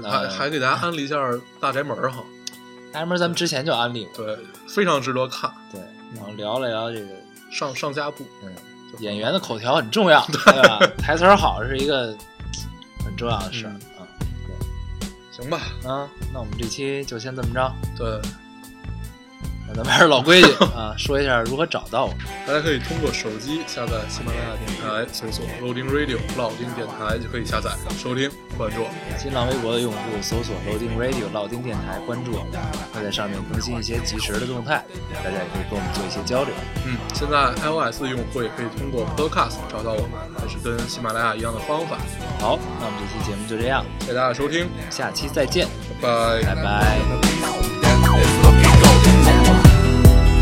A: 那
B: 还还给大家安利一下《大宅门》哈，
A: 大家们咱们之前就安利过，
B: 对，非常值得看，
A: 对，然后聊了聊这个，
B: 上上下部
A: 嗯，演员的口条很重要，对吧？台词儿好是一个很重要的事儿啊。
B: 行吧？
A: 啊，那我们这期就先这么着，
B: 对，
A: 那咱们 还是老规矩啊，说一下如何找到我们。
B: 大家可以通过手机下载喜马拉雅电台，哎搜索 Loading Radio 老丁电台就可以下载收听关注。
A: 新浪微博的用户搜索 Loading Radio 老丁电台，关注我们，会在上面更新一些及时的动态，大家也可以跟我们做一些交流。
B: 嗯，现在 iOS 的用户也可以通过 Podcast 找到我们，还是跟喜马拉雅一样的方法。
A: 好，那我们这期节目就这样，
B: 谢谢大家收听，
A: 下期再见，
B: 拜
A: 拜拜。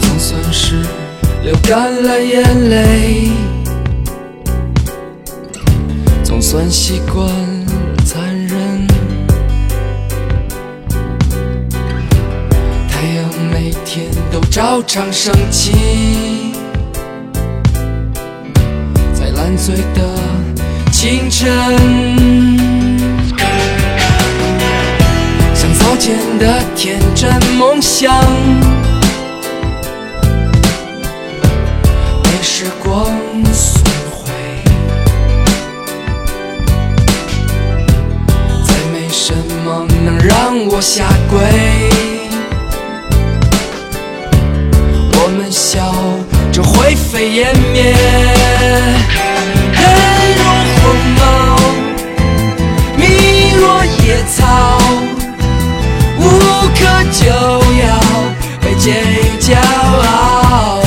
C: 总算是流干了眼泪，总算习惯了残忍。太阳每天都照常升起，在烂醉的清晨。像早前的天真梦想。被时光损毁，再没什么能让我下跪。我们笑着灰飞烟灭，黑若荒猫，迷若野草。无可救药，被借于骄傲，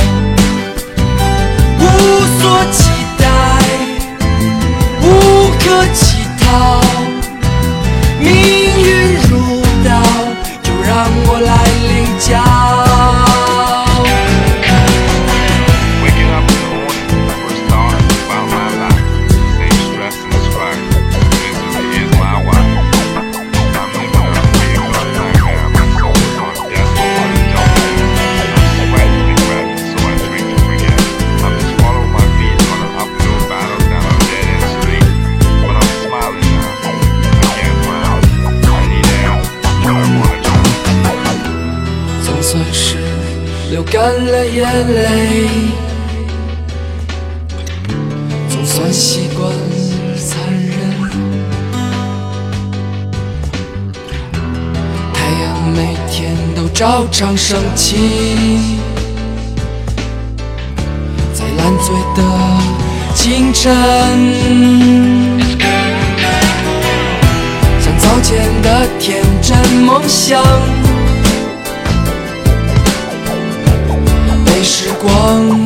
C: 无所期待，无可乞讨，命运如刀，就让我来领教。
D: Wake up in the morning like we're starving. Why
C: 干了眼泪，总算习惯了残忍。太阳每天都照常升起，在烂醉的清晨。像早前的天真梦想，被时光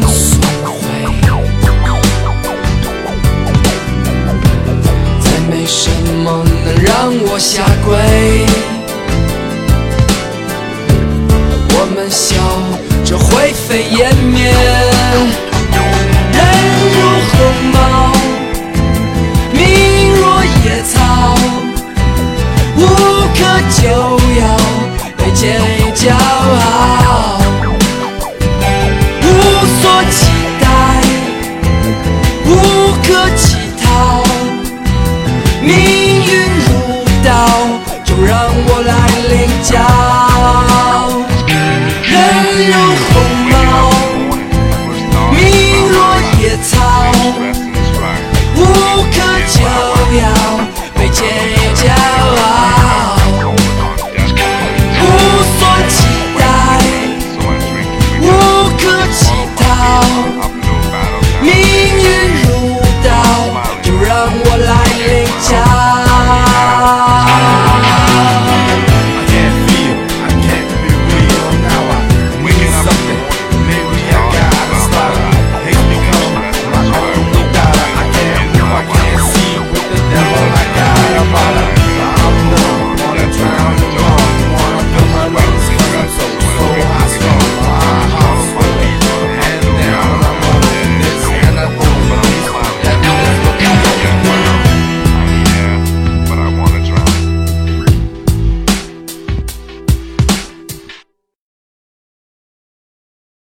C: 损毁，再没什么能让我下跪。我们笑着灰飞烟灭，人如鸿毛，命若野草。无可救